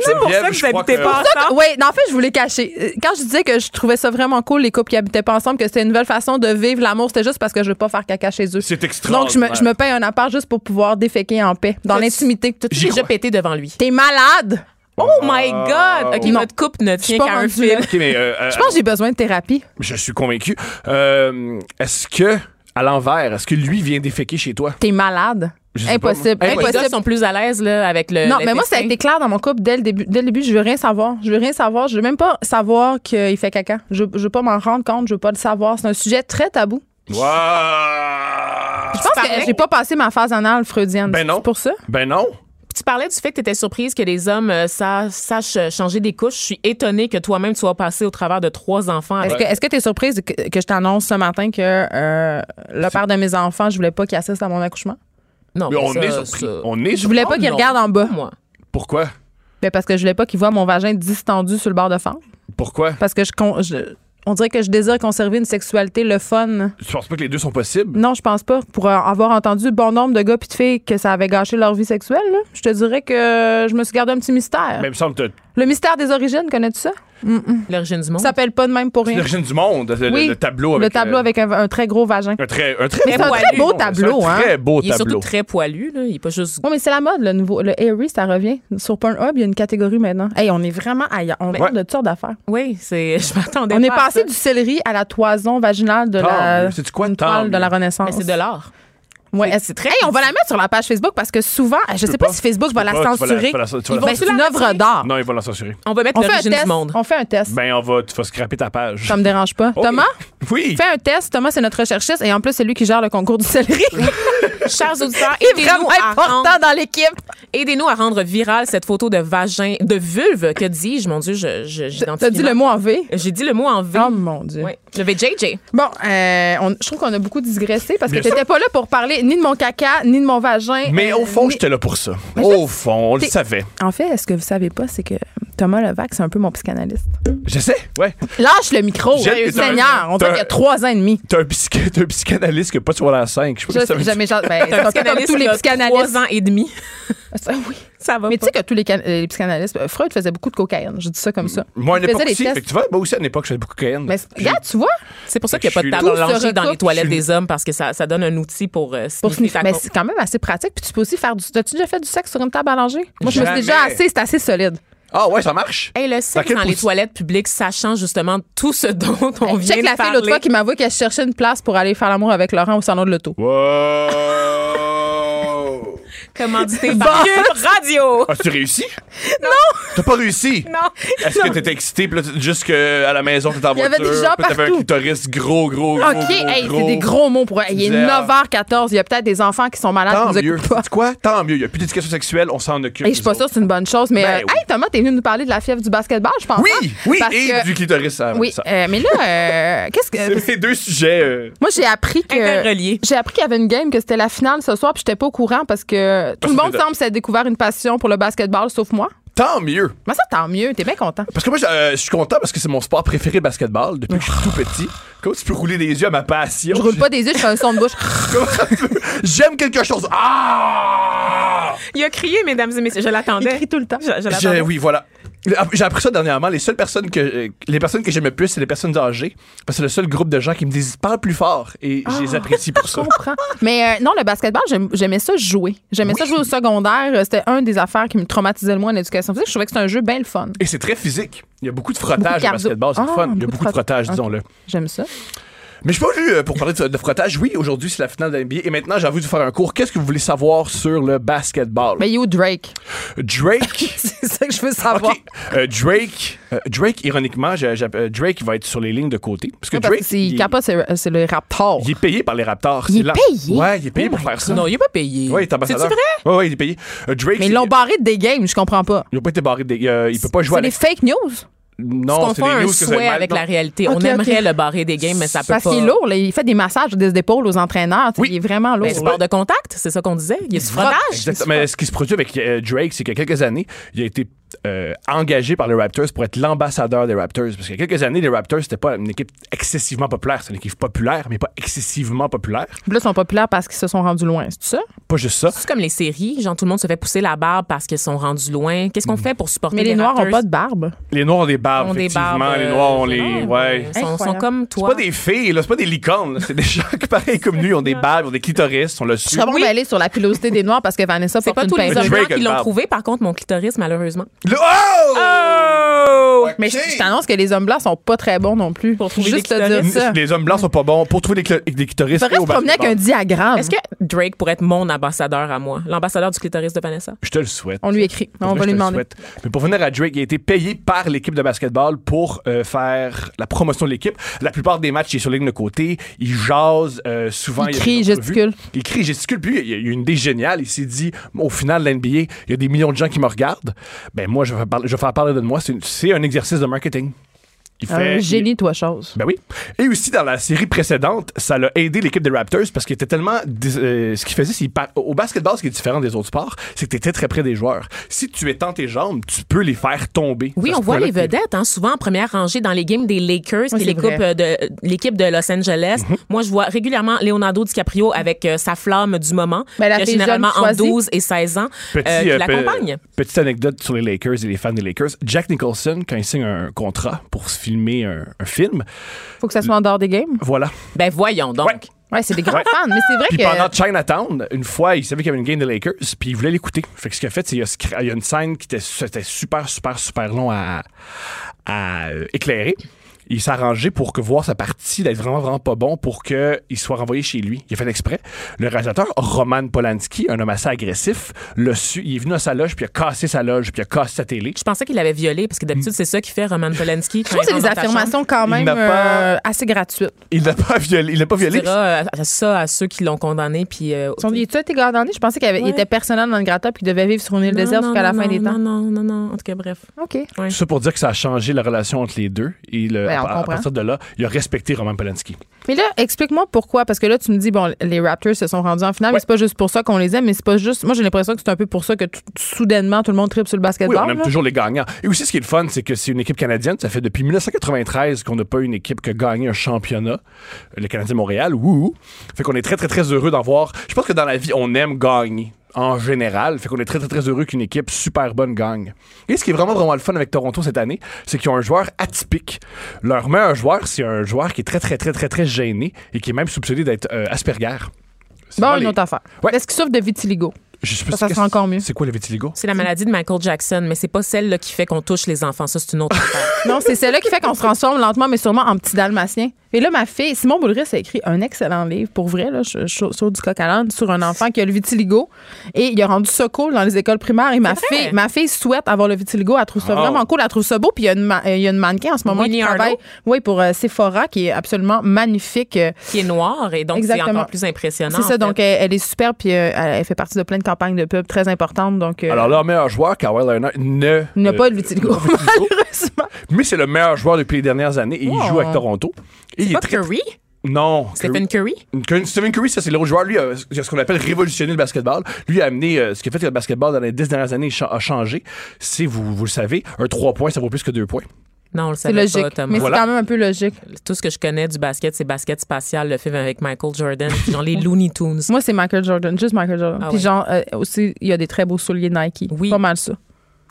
Speaker 4: C'est pour ça que
Speaker 5: je
Speaker 4: vous
Speaker 5: crois
Speaker 4: habitez
Speaker 5: que-
Speaker 4: pas ensemble.
Speaker 3: Oui, en fait, je voulais cacher. Euh, Quand je disais que je trouvais ça vraiment cool, les couples qui habitaient pas ensemble, que c'était une nouvelle façon de vivre l'amour, c'était juste parce que je veux pas faire caca chez eux.
Speaker 5: C'est extraordinaire.
Speaker 3: Donc, je me, je me paye un appart juste pour pouvoir déféquer en paix, dans
Speaker 4: T'as-tu-
Speaker 3: l'intimité.
Speaker 4: J'ai déjà pété devant lui.
Speaker 3: T'es malade!
Speaker 4: Oh my God! OK,
Speaker 5: oui.
Speaker 4: notre couple ne
Speaker 3: suis
Speaker 4: tient
Speaker 3: pas
Speaker 4: qu'à un
Speaker 3: rendue
Speaker 4: fil.
Speaker 3: là.
Speaker 5: Ok, mais, euh, euh,
Speaker 3: Je pense que j'ai besoin de thérapie.
Speaker 5: Je suis convaincu. Euh, est-ce que, à l'envers, est-ce que lui vient déféquer chez toi?
Speaker 3: T'es malade.
Speaker 5: Je sais pas,
Speaker 3: Impossible.
Speaker 5: moi. Hey,
Speaker 4: Les gars
Speaker 3: Impossible.
Speaker 4: sont plus à l'aise là, avec le.
Speaker 3: Non,
Speaker 4: Euh, le
Speaker 3: mais moi, ça a
Speaker 4: festin.
Speaker 3: été clair dans mon couple dès le début. Dès le début, je veux rien savoir. Je veux rien savoir. Je veux même pas savoir qu'il fait caca. Je, je veux pas m'en rendre compte. Je veux pas le savoir. C'est un sujet très tabou.
Speaker 5: Wow!
Speaker 3: Je pense que
Speaker 4: parlais-
Speaker 3: j'ai pas passé ma phase anale freudienne.
Speaker 5: Ben non.
Speaker 3: C'est pour ça?
Speaker 5: Ben non!
Speaker 4: Puis Tu parlais du fait que tu étais surprise que les hommes euh, sa- sachent euh, changer des couches. Je suis étonnée que toi-même tu sois passé au travers de trois enfants.
Speaker 3: Est-ce que- Est-ce que tu es surprise que, que je t'annonce ce matin que euh, le père de mes enfants, je voulais pas qu'il assiste à mon accouchement?
Speaker 4: Non,
Speaker 5: Mais on
Speaker 4: ça,
Speaker 5: est surpris.
Speaker 4: ça-
Speaker 5: On est
Speaker 3: Je voulais pas
Speaker 4: Oh
Speaker 3: qu'il
Speaker 4: non.
Speaker 3: regarde en bas.
Speaker 4: Moi.
Speaker 5: Pourquoi?
Speaker 3: Ben, parce que je voulais pas qu'il voit mon vagin distendu sur le bord de fente.
Speaker 5: Pourquoi?
Speaker 3: Parce que je, con- je- on dirait que je désire conserver une sexualité le fun.
Speaker 5: Tu penses pas que les deux sont possibles?
Speaker 3: Non, je pense pas. Pour euh, avoir entendu bon nombre de gars puis de filles que ça avait gâché leur vie sexuelle, là, je te dirais que je me suis gardé un petit mystère.
Speaker 5: Mais il me semble que t'as-
Speaker 3: Le mystère des origines, connais-tu ça?
Speaker 4: L'origine du monde.
Speaker 3: Ça s'appelle pas de même pour
Speaker 5: c'est
Speaker 3: rien.
Speaker 5: l'origine du monde, le,
Speaker 3: Oui,
Speaker 5: le tableau avec.
Speaker 3: le tableau
Speaker 5: euh,
Speaker 3: avec un, un très gros vagin.
Speaker 5: Un très, un très,
Speaker 4: Mais c'est un très
Speaker 3: beau
Speaker 5: C'est
Speaker 3: tableau,
Speaker 5: un
Speaker 3: hein.
Speaker 5: très beau
Speaker 4: il est surtout
Speaker 5: tableau.
Speaker 4: très poilu. Là. Il est pas juste.
Speaker 3: Oui, mais c'est la mode, le nouveau. Le Airy, ça revient. Sur Pornhub, il y a une catégorie maintenant. Hey, on est vraiment ailleurs. On parle de toutes sortes d'affaires.
Speaker 4: Oui, c'est. Je m'attendais.
Speaker 3: On est
Speaker 4: pas à
Speaker 3: passé
Speaker 4: ça.
Speaker 3: du céleri à la toison vaginale de
Speaker 5: Tant
Speaker 3: la.
Speaker 5: mieux. C'est-tu quoi,
Speaker 3: une
Speaker 5: tant
Speaker 3: toile de
Speaker 5: mieux.
Speaker 3: la Renaissance.
Speaker 4: Mais c'est de l'art.
Speaker 3: Ouais,
Speaker 4: c'est-
Speaker 3: c'est
Speaker 4: c'est
Speaker 3: très.
Speaker 4: très-
Speaker 3: on va la mettre sur la page Facebook parce que souvent, je sais pas,
Speaker 5: pas.
Speaker 3: si Facebook
Speaker 5: Tu
Speaker 3: va
Speaker 5: peux
Speaker 3: la
Speaker 5: pas, tu vas la-
Speaker 3: censurer.
Speaker 5: tu vas la- tu vas
Speaker 3: Ils
Speaker 5: la-
Speaker 3: vont-
Speaker 5: Mais
Speaker 3: C'est
Speaker 4: tu
Speaker 3: une
Speaker 4: la
Speaker 3: œuvre d'art.
Speaker 5: Non, ils vont la censurer.
Speaker 4: On va mettre
Speaker 3: On fait un
Speaker 4: l'origine
Speaker 3: test.
Speaker 4: du monde.
Speaker 3: On fait un test.
Speaker 5: Ben, Oh, on va, tu vas scraper ta page.
Speaker 3: Ça me dérange pas.
Speaker 5: Ok.
Speaker 3: Thomas,
Speaker 5: Oui!
Speaker 3: fais un test. Thomas, c'est notre recherchiste et en plus, c'est lui qui gère le concours du céleri.
Speaker 4: Chers auditeurs,
Speaker 3: Il est
Speaker 4: aidez-nous
Speaker 3: vraiment
Speaker 4: à rendre-
Speaker 3: important dans l'équipe.
Speaker 4: aidez-nous à rendre virale cette photo de vagin, de vulve. Que dis-je? Mon Dieu, je, je,
Speaker 3: T'as
Speaker 4: j'identifie
Speaker 3: dit
Speaker 4: mal.
Speaker 3: le mot en V.
Speaker 4: J'ai dit le mot en V.
Speaker 3: Oh mon Dieu.
Speaker 4: Oui. Le VJJ.
Speaker 3: Bon, euh, on- je trouve qu'on a beaucoup digressé parce que
Speaker 5: Bien
Speaker 3: t'étais pas là pour parler ni de mon caca, ni de mon vagin.
Speaker 5: Mais
Speaker 3: Euh,
Speaker 5: au fond,
Speaker 3: ni-
Speaker 5: j'étais là pour ça. Au fond, on le
Speaker 3: t'es-
Speaker 5: savait.
Speaker 3: En fait, ce que vous savez pas, c'est que Thomas Levac, c'est un peu mon psychanalyste.
Speaker 5: Je sais, ouais.
Speaker 3: Lâche le micro,
Speaker 5: J'ai-
Speaker 3: hey,
Speaker 5: t'as-
Speaker 3: Seigneur. On dirait
Speaker 5: t'as-
Speaker 3: qu'il y a trois ans et demi.
Speaker 5: T'es un, psych- t'es un psychanalyste qui n'a pas sur la 5. Je sais pas si ça veut
Speaker 3: Je-
Speaker 5: dire-
Speaker 3: Jamais, genre, ben, c'est un peu comme tous les psychanalystes.
Speaker 4: Trois ans et demi.
Speaker 3: Ça, oui.
Speaker 4: Ça va
Speaker 3: Mais tu
Speaker 4: pas.
Speaker 3: sais que tous les, can- les psychanalystes, euh, Freud faisait beaucoup de cocaïne. Je dis ça comme ça.
Speaker 5: Moi, à
Speaker 3: Il faisait
Speaker 5: l'époque
Speaker 3: des
Speaker 5: aussi.
Speaker 3: tests.
Speaker 5: Fait que tu vois, moi aussi, à l'époque, je faisais beaucoup de cocaïne.
Speaker 3: Mais c'est- regarde, tu vois,
Speaker 4: C'est pour ça qu'il n'y a
Speaker 5: Je
Speaker 4: pas de
Speaker 5: suis
Speaker 4: table
Speaker 3: là. Tout se
Speaker 4: rangée dans les
Speaker 3: recoupe.
Speaker 4: toilettes
Speaker 5: Je suis-
Speaker 4: des hommes parce que ça, ça donne un outil pour, euh,
Speaker 3: pour
Speaker 4: sniffer
Speaker 3: sniffer.
Speaker 4: ta
Speaker 3: mais
Speaker 4: con-
Speaker 3: c'est quand même assez pratique. Puis tu peux aussi faire du. T'as-tu déjà fait du sexe sur une table à langer? Moi, je me suis
Speaker 5: Jamais.
Speaker 3: déjà assez. C'est assez solide.
Speaker 5: Ah ouais, ça marche.
Speaker 4: Hey, le sexe
Speaker 5: quelle
Speaker 4: dans les
Speaker 5: posi-
Speaker 4: toilettes publiques, sachant justement tout ce dont on vient
Speaker 3: Ben, Check
Speaker 4: de
Speaker 3: la fille l'autre
Speaker 4: parler.
Speaker 3: fois qui m'avoue qu'elle cherchait une place pour aller faire l'amour avec Laurent au salon de l'auto.
Speaker 5: Wow!
Speaker 4: Comment dit par Cube Radio.
Speaker 5: As-tu réussi? Non! T'as pas réussi?
Speaker 4: Non.
Speaker 5: Est-ce que t'étais excité pis là, t- juste que à la maison t'étais en
Speaker 3: Il y
Speaker 5: voiture?
Speaker 3: avait des gens
Speaker 5: pis t'avais un
Speaker 3: partout.
Speaker 5: clitoris gros, gros, gros,
Speaker 3: OK,
Speaker 5: gros,
Speaker 3: hey,
Speaker 5: gros.
Speaker 3: c'est des gros mots pour. Il est
Speaker 5: Tu disais, ah.
Speaker 3: 9h14. Il y a peut-être des enfants qui sont malades
Speaker 5: Tant
Speaker 3: qui nous
Speaker 5: mieux.
Speaker 3: écoutent pas.
Speaker 5: Sais-tu quoi? Tant mieux. Il y a plus d'éducation sexuelle, on s'en occupe.
Speaker 3: Hey, je suis pas
Speaker 5: nous
Speaker 3: sûre que c'est une bonne chose, mais
Speaker 5: Ben
Speaker 3: euh,
Speaker 5: oui.
Speaker 3: hey, Thomas, t'es venu nous parler de la fièvre du basketball, je pense.
Speaker 5: autres.
Speaker 3: hein?
Speaker 5: Oui! Oui!
Speaker 3: Parce
Speaker 5: Et
Speaker 3: que-
Speaker 5: du clitoris. ah,
Speaker 3: Oui,
Speaker 5: ça-
Speaker 3: euh, mais là, euh, qu'est-ce que.
Speaker 5: C'est les deux sujets. euh,
Speaker 3: Moi, j'ai appris que.
Speaker 4: Interreliés.
Speaker 3: J'ai appris qu'il y avait une game, que c'était la finale ce soir, puis j'étais pas au courant parce que tout
Speaker 5: Parce
Speaker 3: le
Speaker 5: que
Speaker 3: monde
Speaker 5: t'es-
Speaker 3: semble s'être découvert une passion pour le basketball, sauf moi.
Speaker 5: Tant mieux.
Speaker 3: Mais ça, tant mieux, t'es bien content.
Speaker 5: Parce que moi, je euh, je suis content parce que c'est mon sport préféré, le basketball, depuis que je suis tout petit. Comment tu peux rouler les yeux à ma passion?
Speaker 3: Je roule pas des yeux, je fais un son de bouche.
Speaker 5: Comment tu peux- J'aime quelque chose. Ah!
Speaker 4: Il a crié, mesdames et messieurs. Je l'attendais. Il crie tout le temps. Je, je
Speaker 5: J'ai-
Speaker 4: l'attendais.
Speaker 5: oui, voilà. ah, J'ai appris ça dernièrement. Les seules personnes que euh, les personnes que j'aime le plus, c'est les personnes âgées. Parce que c'est le seul groupe de gens qui me disent parle plus fort et je les apprécie pour ça.
Speaker 3: Ah, comprends. Mais euh, non, le basketball, j'aime- j'aimais ça jouer. J'aimais ça jouer au secondaire. Euh, C'était un des affaires qui me traumatisait le moins en éducation physique. Je trouvais que c'était un jeu bien le fun.
Speaker 5: Et c'est très physique. Il y a beaucoup de
Speaker 3: Beaucoup de
Speaker 5: frottage au
Speaker 3: cardio.
Speaker 5: basketball, c'est le
Speaker 3: Ah,
Speaker 5: fun. Il y a beaucoup de
Speaker 3: frot-
Speaker 5: frottage,
Speaker 3: Ok.
Speaker 5: disons-le.
Speaker 3: J'aime ça.
Speaker 5: Mais je suis pas venu euh, pour parler de, de frottage. Oui, aujourd'hui, c'est la finale de la NBA. Et maintenant, j'ai envie de vous faire un cours. Qu'est-ce que vous voulez savoir sur le basketball?
Speaker 3: Mais yo, Drake.
Speaker 5: Drake.
Speaker 3: C'est ça que je veux savoir.
Speaker 5: OK. Euh, Drake, euh, Drake, ironiquement, j'ai- j'ai- euh, Drake il va être sur les lignes de côté. Parce que
Speaker 3: Ah, Parce
Speaker 5: Drake,
Speaker 3: que c'est
Speaker 5: il,
Speaker 3: capable, c'est euh, c'est le Raptor.
Speaker 5: il est payé par les Raptors.
Speaker 3: Il
Speaker 5: C'est
Speaker 3: est
Speaker 5: la-
Speaker 3: payé? Oh
Speaker 5: Ouais, il est payé pour faire ça.
Speaker 4: Non, il n'est pas payé.
Speaker 5: Oui, il est
Speaker 4: C'est-tu
Speaker 5: ambassadeur.
Speaker 4: vrai?
Speaker 5: Oui, ouais, il est payé. Euh, Drake,
Speaker 3: Mais ils l'ont barré de des games, je comprends pas.
Speaker 5: ils ont pas été barrés. des- euh, il peut pas jouer
Speaker 3: C'est
Speaker 5: à la-
Speaker 3: des fake news.
Speaker 5: Non,
Speaker 4: on
Speaker 5: Oh, c'est
Speaker 4: fait
Speaker 5: des
Speaker 4: un
Speaker 5: news que ça va
Speaker 4: souhait
Speaker 5: être mal-
Speaker 4: avec
Speaker 5: non.
Speaker 4: la réalité.
Speaker 3: Ok,
Speaker 4: on
Speaker 3: ok.
Speaker 4: aimerait le barrer des games, mais ça peut
Speaker 3: Parce
Speaker 4: pas.
Speaker 3: qu'il est lourd, là. il fait des massages des épaules aux entraîneurs. tu sais,
Speaker 5: Oui.
Speaker 3: Il est vraiment lourd.
Speaker 4: Ben, sport de contact, c'est ça qu'on disait. Il y a du frottage.
Speaker 5: Exactement. Mais ce qui se produit avec euh, Drake, c'est qu'il y a quelques années, il a été euh, engagé par les Raptors pour être l'ambassadeur des Raptors. Parce qu'il y a quelques années, les Raptors, c'était pas une équipe excessivement populaire. C'est une équipe populaire, mais pas excessivement populaire.
Speaker 3: Puis Là, ils sont populaires parce qu'ils se sont rendus loin, c'est ça?
Speaker 5: Pas juste ça.
Speaker 4: C'est comme les séries, genre tout le monde se fait pousser la barbe parce qu'ils sont rendus loin.
Speaker 5: Mm.
Speaker 4: Qu'est-ce qu'on fait pour supporter
Speaker 3: Mais les, Noirs
Speaker 4: Raptors?
Speaker 3: n'ont pas de barbe.
Speaker 5: Les Noirs ont des barbes,
Speaker 4: Ont des
Speaker 5: Ah, effectivement.
Speaker 4: barbes,
Speaker 5: les
Speaker 4: euh,
Speaker 5: Noirs ont
Speaker 4: c'est vrai,
Speaker 5: les. Ouais.
Speaker 4: Ils sont, sont
Speaker 3: Incroyable.
Speaker 4: comme
Speaker 5: C'est
Speaker 4: toi.
Speaker 5: pas des filles, là, c'est pas des licornes, là. c'est des gens qui pareil comme nous, ils ont des barbes, ils ont des clitoris, on le
Speaker 3: Je
Speaker 5: su.
Speaker 3: serais vraiment mêlée sur la pilosité des Noirs parce que Vanessa
Speaker 4: C'est
Speaker 3: porte
Speaker 4: pas
Speaker 3: une
Speaker 4: tous les
Speaker 3: perruque.
Speaker 4: hommes
Speaker 5: Drake
Speaker 4: blancs
Speaker 5: a
Speaker 4: qui
Speaker 5: une
Speaker 4: l'ont
Speaker 5: barbe.
Speaker 4: trouvé, par contre, mon clitoris, malheureusement.
Speaker 5: Le- Oh!
Speaker 4: Oh!
Speaker 3: Mais je, je t'annonce que les hommes blancs sont pas très bons non plus. Pour
Speaker 4: trouver
Speaker 3: Juste
Speaker 4: des
Speaker 3: te dire
Speaker 4: clitoris.
Speaker 3: ça.
Speaker 5: Les hommes blancs sont pas bons pour trouver des, cl- des clitoris.
Speaker 3: Faudrait
Speaker 5: et
Speaker 3: se
Speaker 5: au
Speaker 3: promener avec un
Speaker 5: basketball.
Speaker 3: diagramme.
Speaker 4: Est-ce que Drake pourrait être mon ambassadeur à moi? L'ambassadeur du clitoris de Vanessa?
Speaker 5: Je te le souhaite.
Speaker 3: On lui écrit.
Speaker 5: Pour
Speaker 3: on va lui
Speaker 5: vrai, je te le
Speaker 3: demander.
Speaker 5: souhaite. Mais pour venir à Drake, il a été payé par l'équipe de basketball pour euh, faire la promotion de l'équipe. La plupart des matchs, il est sur la ligne de côté, il jase euh, souvent.
Speaker 3: Il
Speaker 5: y a
Speaker 3: crie,
Speaker 5: des entrevues.
Speaker 3: gesticule.
Speaker 5: Il crie, gesticule. Puis il y a eu une idée géniale. Il s'est dit, au final de l'NBA, il y a des millions de gens qui me regardent. Ben moi, je vais faire parler, je vais faire parler de moi. C'est une- C'est un exercice de marketing. Il
Speaker 3: Un
Speaker 5: il-
Speaker 3: génie, toi, chose.
Speaker 5: ben oui. Et aussi, dans la série précédente, ça l'a aidé l'équipe des Raptors parce qu'il était tellement. dés- euh, ce qu'il faisait, c'est qu'il par- Au basketball, ce qui est différent des autres sports, c'est que tu étais très près des joueurs. Si tu étends tes jambes, tu peux les faire tomber.
Speaker 4: Oui,
Speaker 5: Ça
Speaker 4: on
Speaker 5: se
Speaker 4: voit
Speaker 5: peut-là
Speaker 4: les
Speaker 5: que t'es-
Speaker 4: vedettes, hein, souvent en première rangée dans les games des Lakers,
Speaker 3: Oui,
Speaker 4: puis
Speaker 3: c'est
Speaker 4: les
Speaker 3: vrai.
Speaker 4: coupes, euh, de euh, l'équipe de Los Angeles.
Speaker 5: Mm-hmm.
Speaker 4: Moi, je vois régulièrement Leonardo DiCaprio avec euh, sa flamme du moment,
Speaker 3: Ben, la
Speaker 4: qui a
Speaker 3: fille
Speaker 4: généralement
Speaker 3: jeune
Speaker 4: entre
Speaker 3: choisie.
Speaker 4: 12 et 16 ans, euh,
Speaker 5: Petit,
Speaker 4: qui
Speaker 5: euh, pe-
Speaker 4: l'accompagne.
Speaker 5: petite anecdote sur les Lakers et les fans des Lakers. Jack Nicholson, quand il signe un contrat pour se filmer un, un film,
Speaker 3: Faut que ça soit en dehors des games.
Speaker 5: voilà.
Speaker 4: Ben voyons donc.
Speaker 5: Ouais.
Speaker 3: Ouais, c'est des grands
Speaker 5: Ouais.
Speaker 3: fans. Mais c'est vrai
Speaker 5: Puis
Speaker 3: que.
Speaker 5: pendant Chinatown, une fois, il savait qu'il y avait une game des Lakers, puis il voulait l'écouter. Fait que ce qu'il a fait, c'est qu'il a, scra- il y a une scène qui était, c'était super, super, super long à, à, euh, éclairer. Il s'est arrangé pour que voir sa partie d'être vraiment, vraiment pas bon pour qu'il soit renvoyé chez lui. Il a fait exprès. Le réalisateur, Roman Polanski, un homme assez agressif, l'a su. Il est venu à sa loge, puis il a cassé sa loge, puis il a cassé sa télé.
Speaker 4: Je pensais qu'il l'avait violé, parce que
Speaker 5: Mm.
Speaker 4: d'habitude, c'est ça qui fait Roman Polanski.
Speaker 3: Je trouve que c'est des affirmations quand
Speaker 5: Il
Speaker 3: même
Speaker 5: n'a pas-
Speaker 3: euh, assez gratuites.
Speaker 5: Il l'a pas violé. Il l'a pas violé.
Speaker 4: euh, ça à ceux qui l'ont condamné, puis... euh,
Speaker 3: Son tu as été gardonné? Je pensais qu'il avait- il
Speaker 4: Ouais.
Speaker 3: était personnel dans le gratta puis qu'il devait vivre sur une île
Speaker 4: Non,
Speaker 3: déserte
Speaker 4: non,
Speaker 3: jusqu'à la
Speaker 4: non,
Speaker 3: fin des
Speaker 4: non,
Speaker 3: temps.
Speaker 4: Non, non, non, en tout cas, bref.
Speaker 3: OK.
Speaker 5: Tout ça pour dire que ça a changé la relation entre les deux. Et le-
Speaker 3: Ouais, Ben, on
Speaker 5: à- à,
Speaker 3: comprend.
Speaker 5: partir de là, il a respecté Roman Polanski.
Speaker 3: Mais là, explique-moi pourquoi. Parce que là, tu me dis, bon, les Raptors se sont rendus en finale, mais
Speaker 5: Ouais.
Speaker 3: c'est pas juste pour ça qu'on les aime, mais c'est pas juste. Moi, j'ai l'impression que c'est un peu pour ça que tout- soudainement, tout le monde tripe sur le
Speaker 5: Oui,
Speaker 3: basketball.
Speaker 5: on aime
Speaker 3: là.
Speaker 5: toujours les gagnants. Et aussi, ce qui est le fun, c'est que c'est une équipe canadienne. Ça fait depuis 1993 qu'on n'a pas une équipe qui a gagné un championnat. Euh, Le Canadien de Montréal, wouhou. Fait qu'on est très, très, très heureux d'en voir. Je pense que dans la vie, on aime gagner. En général, fait qu'on est très, très, très heureux qu'une équipe super bonne gagne. Et ce qui est vraiment, vraiment le fun avec Toronto cette année, c'est qu'ils ont un joueur atypique. Leur meilleur joueur, c'est un joueur qui est très, très, très, très, très gêné et qui est même soupçonné d'être euh, Asperger. C'est
Speaker 3: Bon,
Speaker 5: vraiment
Speaker 3: une
Speaker 5: les-
Speaker 3: autre affaire.
Speaker 5: Ouais.
Speaker 3: Est-ce qu'ils souffrent de vitiligo?
Speaker 5: Je sais pas
Speaker 3: Ça,
Speaker 5: si-
Speaker 3: ça sera encore mieux.
Speaker 5: C'est quoi le vitiligo?
Speaker 4: C'est la maladie de Michael Jackson, mais c'est pas celle là qui fait qu'on touche les enfants. Ça, c'est une autre affaire.
Speaker 3: Non, c'est celle-là qui fait qu'on se transforme lentement, mais sûrement en petit dalmatien. Et là, ma fille, Simon Boulris a écrit un excellent livre, pour vrai, là, je- je- sur du coq à l'âne, sur un enfant qui a le vitiligo. Et il a rendu ça cool dans les écoles primaires. Et ma
Speaker 4: vrai?
Speaker 3: fille, ma fille souhaite avoir le vitiligo. Elle trouve ça
Speaker 5: Oh.
Speaker 3: vraiment cool. Elle trouve ça beau. Puis il y a une, ma- euh, il y a une mannequin en ce moment
Speaker 4: Winnie
Speaker 3: qui travaille
Speaker 4: Arlo?
Speaker 3: oui, pour euh, Sephora, qui est absolument magnifique. euh,
Speaker 4: qui est noire et donc c'est
Speaker 3: Exactement.
Speaker 4: encore plus impressionnant.
Speaker 3: C'est
Speaker 4: en fait.
Speaker 3: ça, donc elle, elle est super, puis euh, elle elle fait partie de plein de campagnes de pub très importantes. Donc, euh,
Speaker 5: Alors, leur meilleur joueur, Kawhi Leonard, ne.
Speaker 3: il n'a
Speaker 5: euh,
Speaker 3: pas de vitiligo, malheureusement.
Speaker 5: Mais c'est le meilleur joueur depuis les dernières années et il joue avec Toronto. Et il est
Speaker 4: Pas
Speaker 5: très.
Speaker 4: Curry,
Speaker 5: Non.
Speaker 4: Stephen Curry.
Speaker 5: Curry- Stephen Curry, ça, c'est l'autre joueur. Lui, a ce qu'on appelle révolutionner le basketball. Lui a amené euh, ce qui a fait que le basketball dans les dix dernières années cha- a changé. Si vous, vous le savez, un trois points, ça vaut plus que deux points.
Speaker 4: Non, on le
Speaker 3: C'est
Speaker 4: savait
Speaker 3: logique,
Speaker 4: pas, Thomas.
Speaker 3: mais
Speaker 5: Voilà.
Speaker 3: c'est quand même un peu logique.
Speaker 4: Tout ce que je connais du basket, c'est basket spatial, le film avec Michael Jordan, puis genre les Looney Tunes.
Speaker 3: Moi, c'est Michael Jordan, juste Michael Jordan.
Speaker 4: Ah
Speaker 3: Puis
Speaker 4: ouais.
Speaker 3: genre, euh, aussi, il y a des très beaux souliers Nike.
Speaker 4: Oui.
Speaker 3: Pas mal ça.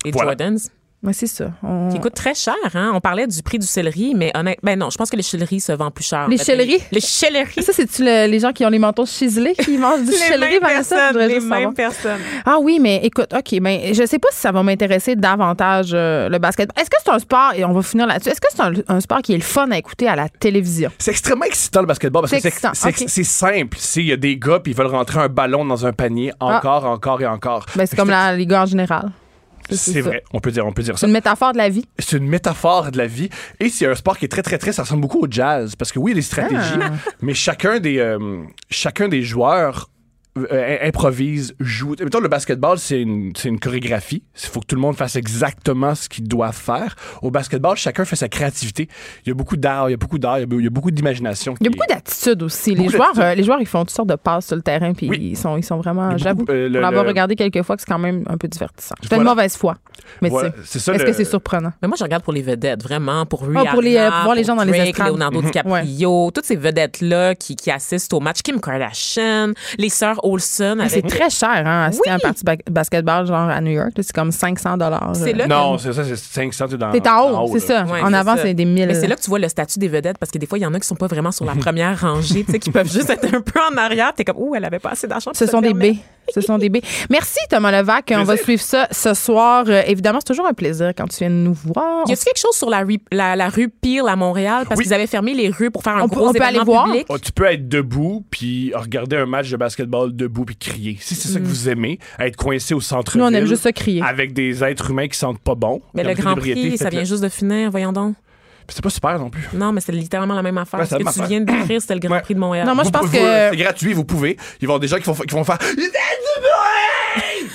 Speaker 4: Les
Speaker 5: Voilà.
Speaker 4: Jordans.
Speaker 3: Mais c'est ça. On-
Speaker 4: Qui coûte très cher, hein? On parlait du prix du céleri, mais honnêtement, ben non, je pense que les céleri se vendent plus cher. en
Speaker 3: Les
Speaker 4: fait.
Speaker 3: céleris?
Speaker 4: Les céleri.
Speaker 3: Ça, c'est-tu le- les gens qui ont les mentons ciselés qui mangent du céleri, Vanessa? Je voudrais juste savoir.
Speaker 4: personnes.
Speaker 3: Ah oui, mais écoute, OK, mais je sais pas si ça va m'intéresser davantage euh, le basket. Est-ce que c'est un sport, et on va finir là-dessus, est-ce que c'est un, un sport qui est le fun à écouter à la télévision?
Speaker 5: C'est extrêmement excitant le basketball parce
Speaker 3: C'est
Speaker 5: que c'est
Speaker 3: excitant,
Speaker 5: c'est-
Speaker 3: ok.
Speaker 5: c'est simple. C'est- Il y a des gars puis ils veulent rentrer un ballon dans un panier encore, encore et encore.
Speaker 3: Ah. Ben, c'est comme la Ligue en général.
Speaker 5: C'est
Speaker 3: ça.
Speaker 5: vrai, on peut dire, on peut dire ça.
Speaker 3: C'est une métaphore de la vie.
Speaker 5: c'est une métaphore de la vie. Et c'est un sport qui est très, très, très. Ça ressemble beaucoup au jazz. Parce que oui, il y a des stratégies,
Speaker 3: Ah.
Speaker 5: mais chacun des, euh, chacun des joueurs euh, improvise, joue. Mettons, le basketball, c'est une, c'est une chorégraphie. Il faut que tout le monde fasse exactement ce qu'il doit faire. Au basketball, chacun fait sa créativité. Il y a beaucoup d'art, il y a beaucoup d'art, il y a be- il y a beaucoup d'imagination.
Speaker 3: Il y a
Speaker 5: qui
Speaker 3: beaucoup
Speaker 5: est-
Speaker 3: d'attitudes aussi. Les
Speaker 5: Beaucoup
Speaker 3: joueurs,
Speaker 5: d'attitudes.
Speaker 3: euh, les joueurs, ils font toutes sortes de passes sur le terrain, puis
Speaker 5: Oui.
Speaker 3: ils, sont, ils sont
Speaker 5: Il y
Speaker 3: vraiment,
Speaker 5: a
Speaker 3: j'avoue,
Speaker 5: beaucoup, euh, le-
Speaker 3: pour l'avoir
Speaker 5: le-
Speaker 3: regardé quelques fois, que c'est quand même un peu divertissant. C'est une
Speaker 5: Voilà.
Speaker 3: mauvaise foi, mais
Speaker 5: Voilà,
Speaker 3: tu sais,
Speaker 5: c'est ça,
Speaker 3: Est-ce
Speaker 5: le-
Speaker 3: que c'est surprenant?
Speaker 4: Mais moi, je regarde pour les vedettes, vraiment, pour Rihanna,
Speaker 3: pour les, euh, pour voir les gens dans les
Speaker 4: Drake,
Speaker 3: estrades.
Speaker 4: Leonardo DiCaprio, toutes ces vedettes-là qui, qui assistent au match. Kim Kardashian, les sœurs Olsen.
Speaker 3: C'est
Speaker 4: avec-
Speaker 3: très cher, hein, assister à un
Speaker 4: Oui.
Speaker 3: parti ba- basketball, genre à New York. là, C'est comme 500 dollars.
Speaker 4: C'est là
Speaker 5: Non, c'est ça, c'est 500. T'es dans-
Speaker 3: T'es en haut, c'est
Speaker 5: là.
Speaker 3: ça.
Speaker 4: Ouais,
Speaker 3: en avant,
Speaker 4: ça.
Speaker 3: c'est des 1000.
Speaker 4: Mais c'est là que tu vois le statut des vedettes parce que des fois, il y en a qui sont pas vraiment sur la première rangée, tu sais, qui peuvent juste être un peu en arrière. T'es comme, ouh, elle avait pas assez d'argent. pour
Speaker 3: Ce
Speaker 4: se
Speaker 3: sont
Speaker 4: le
Speaker 3: des
Speaker 4: permettre.
Speaker 3: B. Ce sont des B. Merci, Thomas Levac. On va suivre ça ce soir. Euh, évidemment, c'est toujours un plaisir quand tu viens nous voir.
Speaker 4: Y a-tu quelque chose sur la, ri- la, la rue Peel à Montréal parce
Speaker 5: Oui.
Speaker 4: qu'ils avaient fermé les rues pour faire un
Speaker 3: On peut-
Speaker 4: gros
Speaker 3: on peut aller
Speaker 4: événement
Speaker 3: voir?
Speaker 4: public?
Speaker 5: Oh, tu peux être debout puis regarder un match de basketball debout puis crier. Si c'est ça que vous aimez, être coincé au centre
Speaker 3: Mm. Nous, on aime juste ça crier.
Speaker 5: Avec des êtres humains qui sentent pas bon.
Speaker 4: Mais
Speaker 5: qui ont
Speaker 4: le
Speaker 5: plus
Speaker 4: Grand
Speaker 5: d'ébriété,
Speaker 4: Prix, ça
Speaker 5: faites-le.
Speaker 4: vient juste de finir, voyons donc.
Speaker 5: Puis C'est pas super non plus.
Speaker 4: Non, mais c'est littéralement la même affaire.
Speaker 5: Ouais,
Speaker 4: Ce
Speaker 5: c'est la
Speaker 4: que
Speaker 5: même
Speaker 4: tu
Speaker 5: affaire.
Speaker 4: viens de décrire, c'était le Grand
Speaker 5: Ouais.
Speaker 4: Prix de Montréal.
Speaker 3: Non, moi, je
Speaker 5: Vous
Speaker 3: pense
Speaker 5: pouvez-
Speaker 3: que-
Speaker 5: C'est gratuit, vous pouvez. Il va y avoir des gens qui vont, fa- qui vont faire.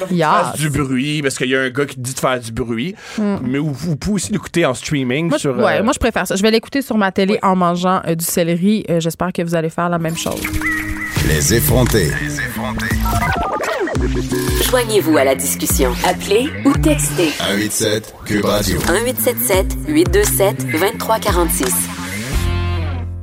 Speaker 3: Yes.
Speaker 5: Faire du bruit, parce qu'il y a un gars qui dit de faire du bruit. Mais vous, vous pouvez aussi l'écouter en streaming
Speaker 3: Mm. Moi, je-
Speaker 5: sur.
Speaker 3: ouais,
Speaker 5: euh,
Speaker 3: moi, je préfère ça. Je vais l'écouter sur ma télé en mangeant euh, du céleri. Euh, J'espère que vous allez faire la même chose.
Speaker 2: Les effronter.
Speaker 1: Joignez-vous à la discussion. Appelez ou textez
Speaker 2: 187 Cube Radio.
Speaker 1: 1877 827 2346.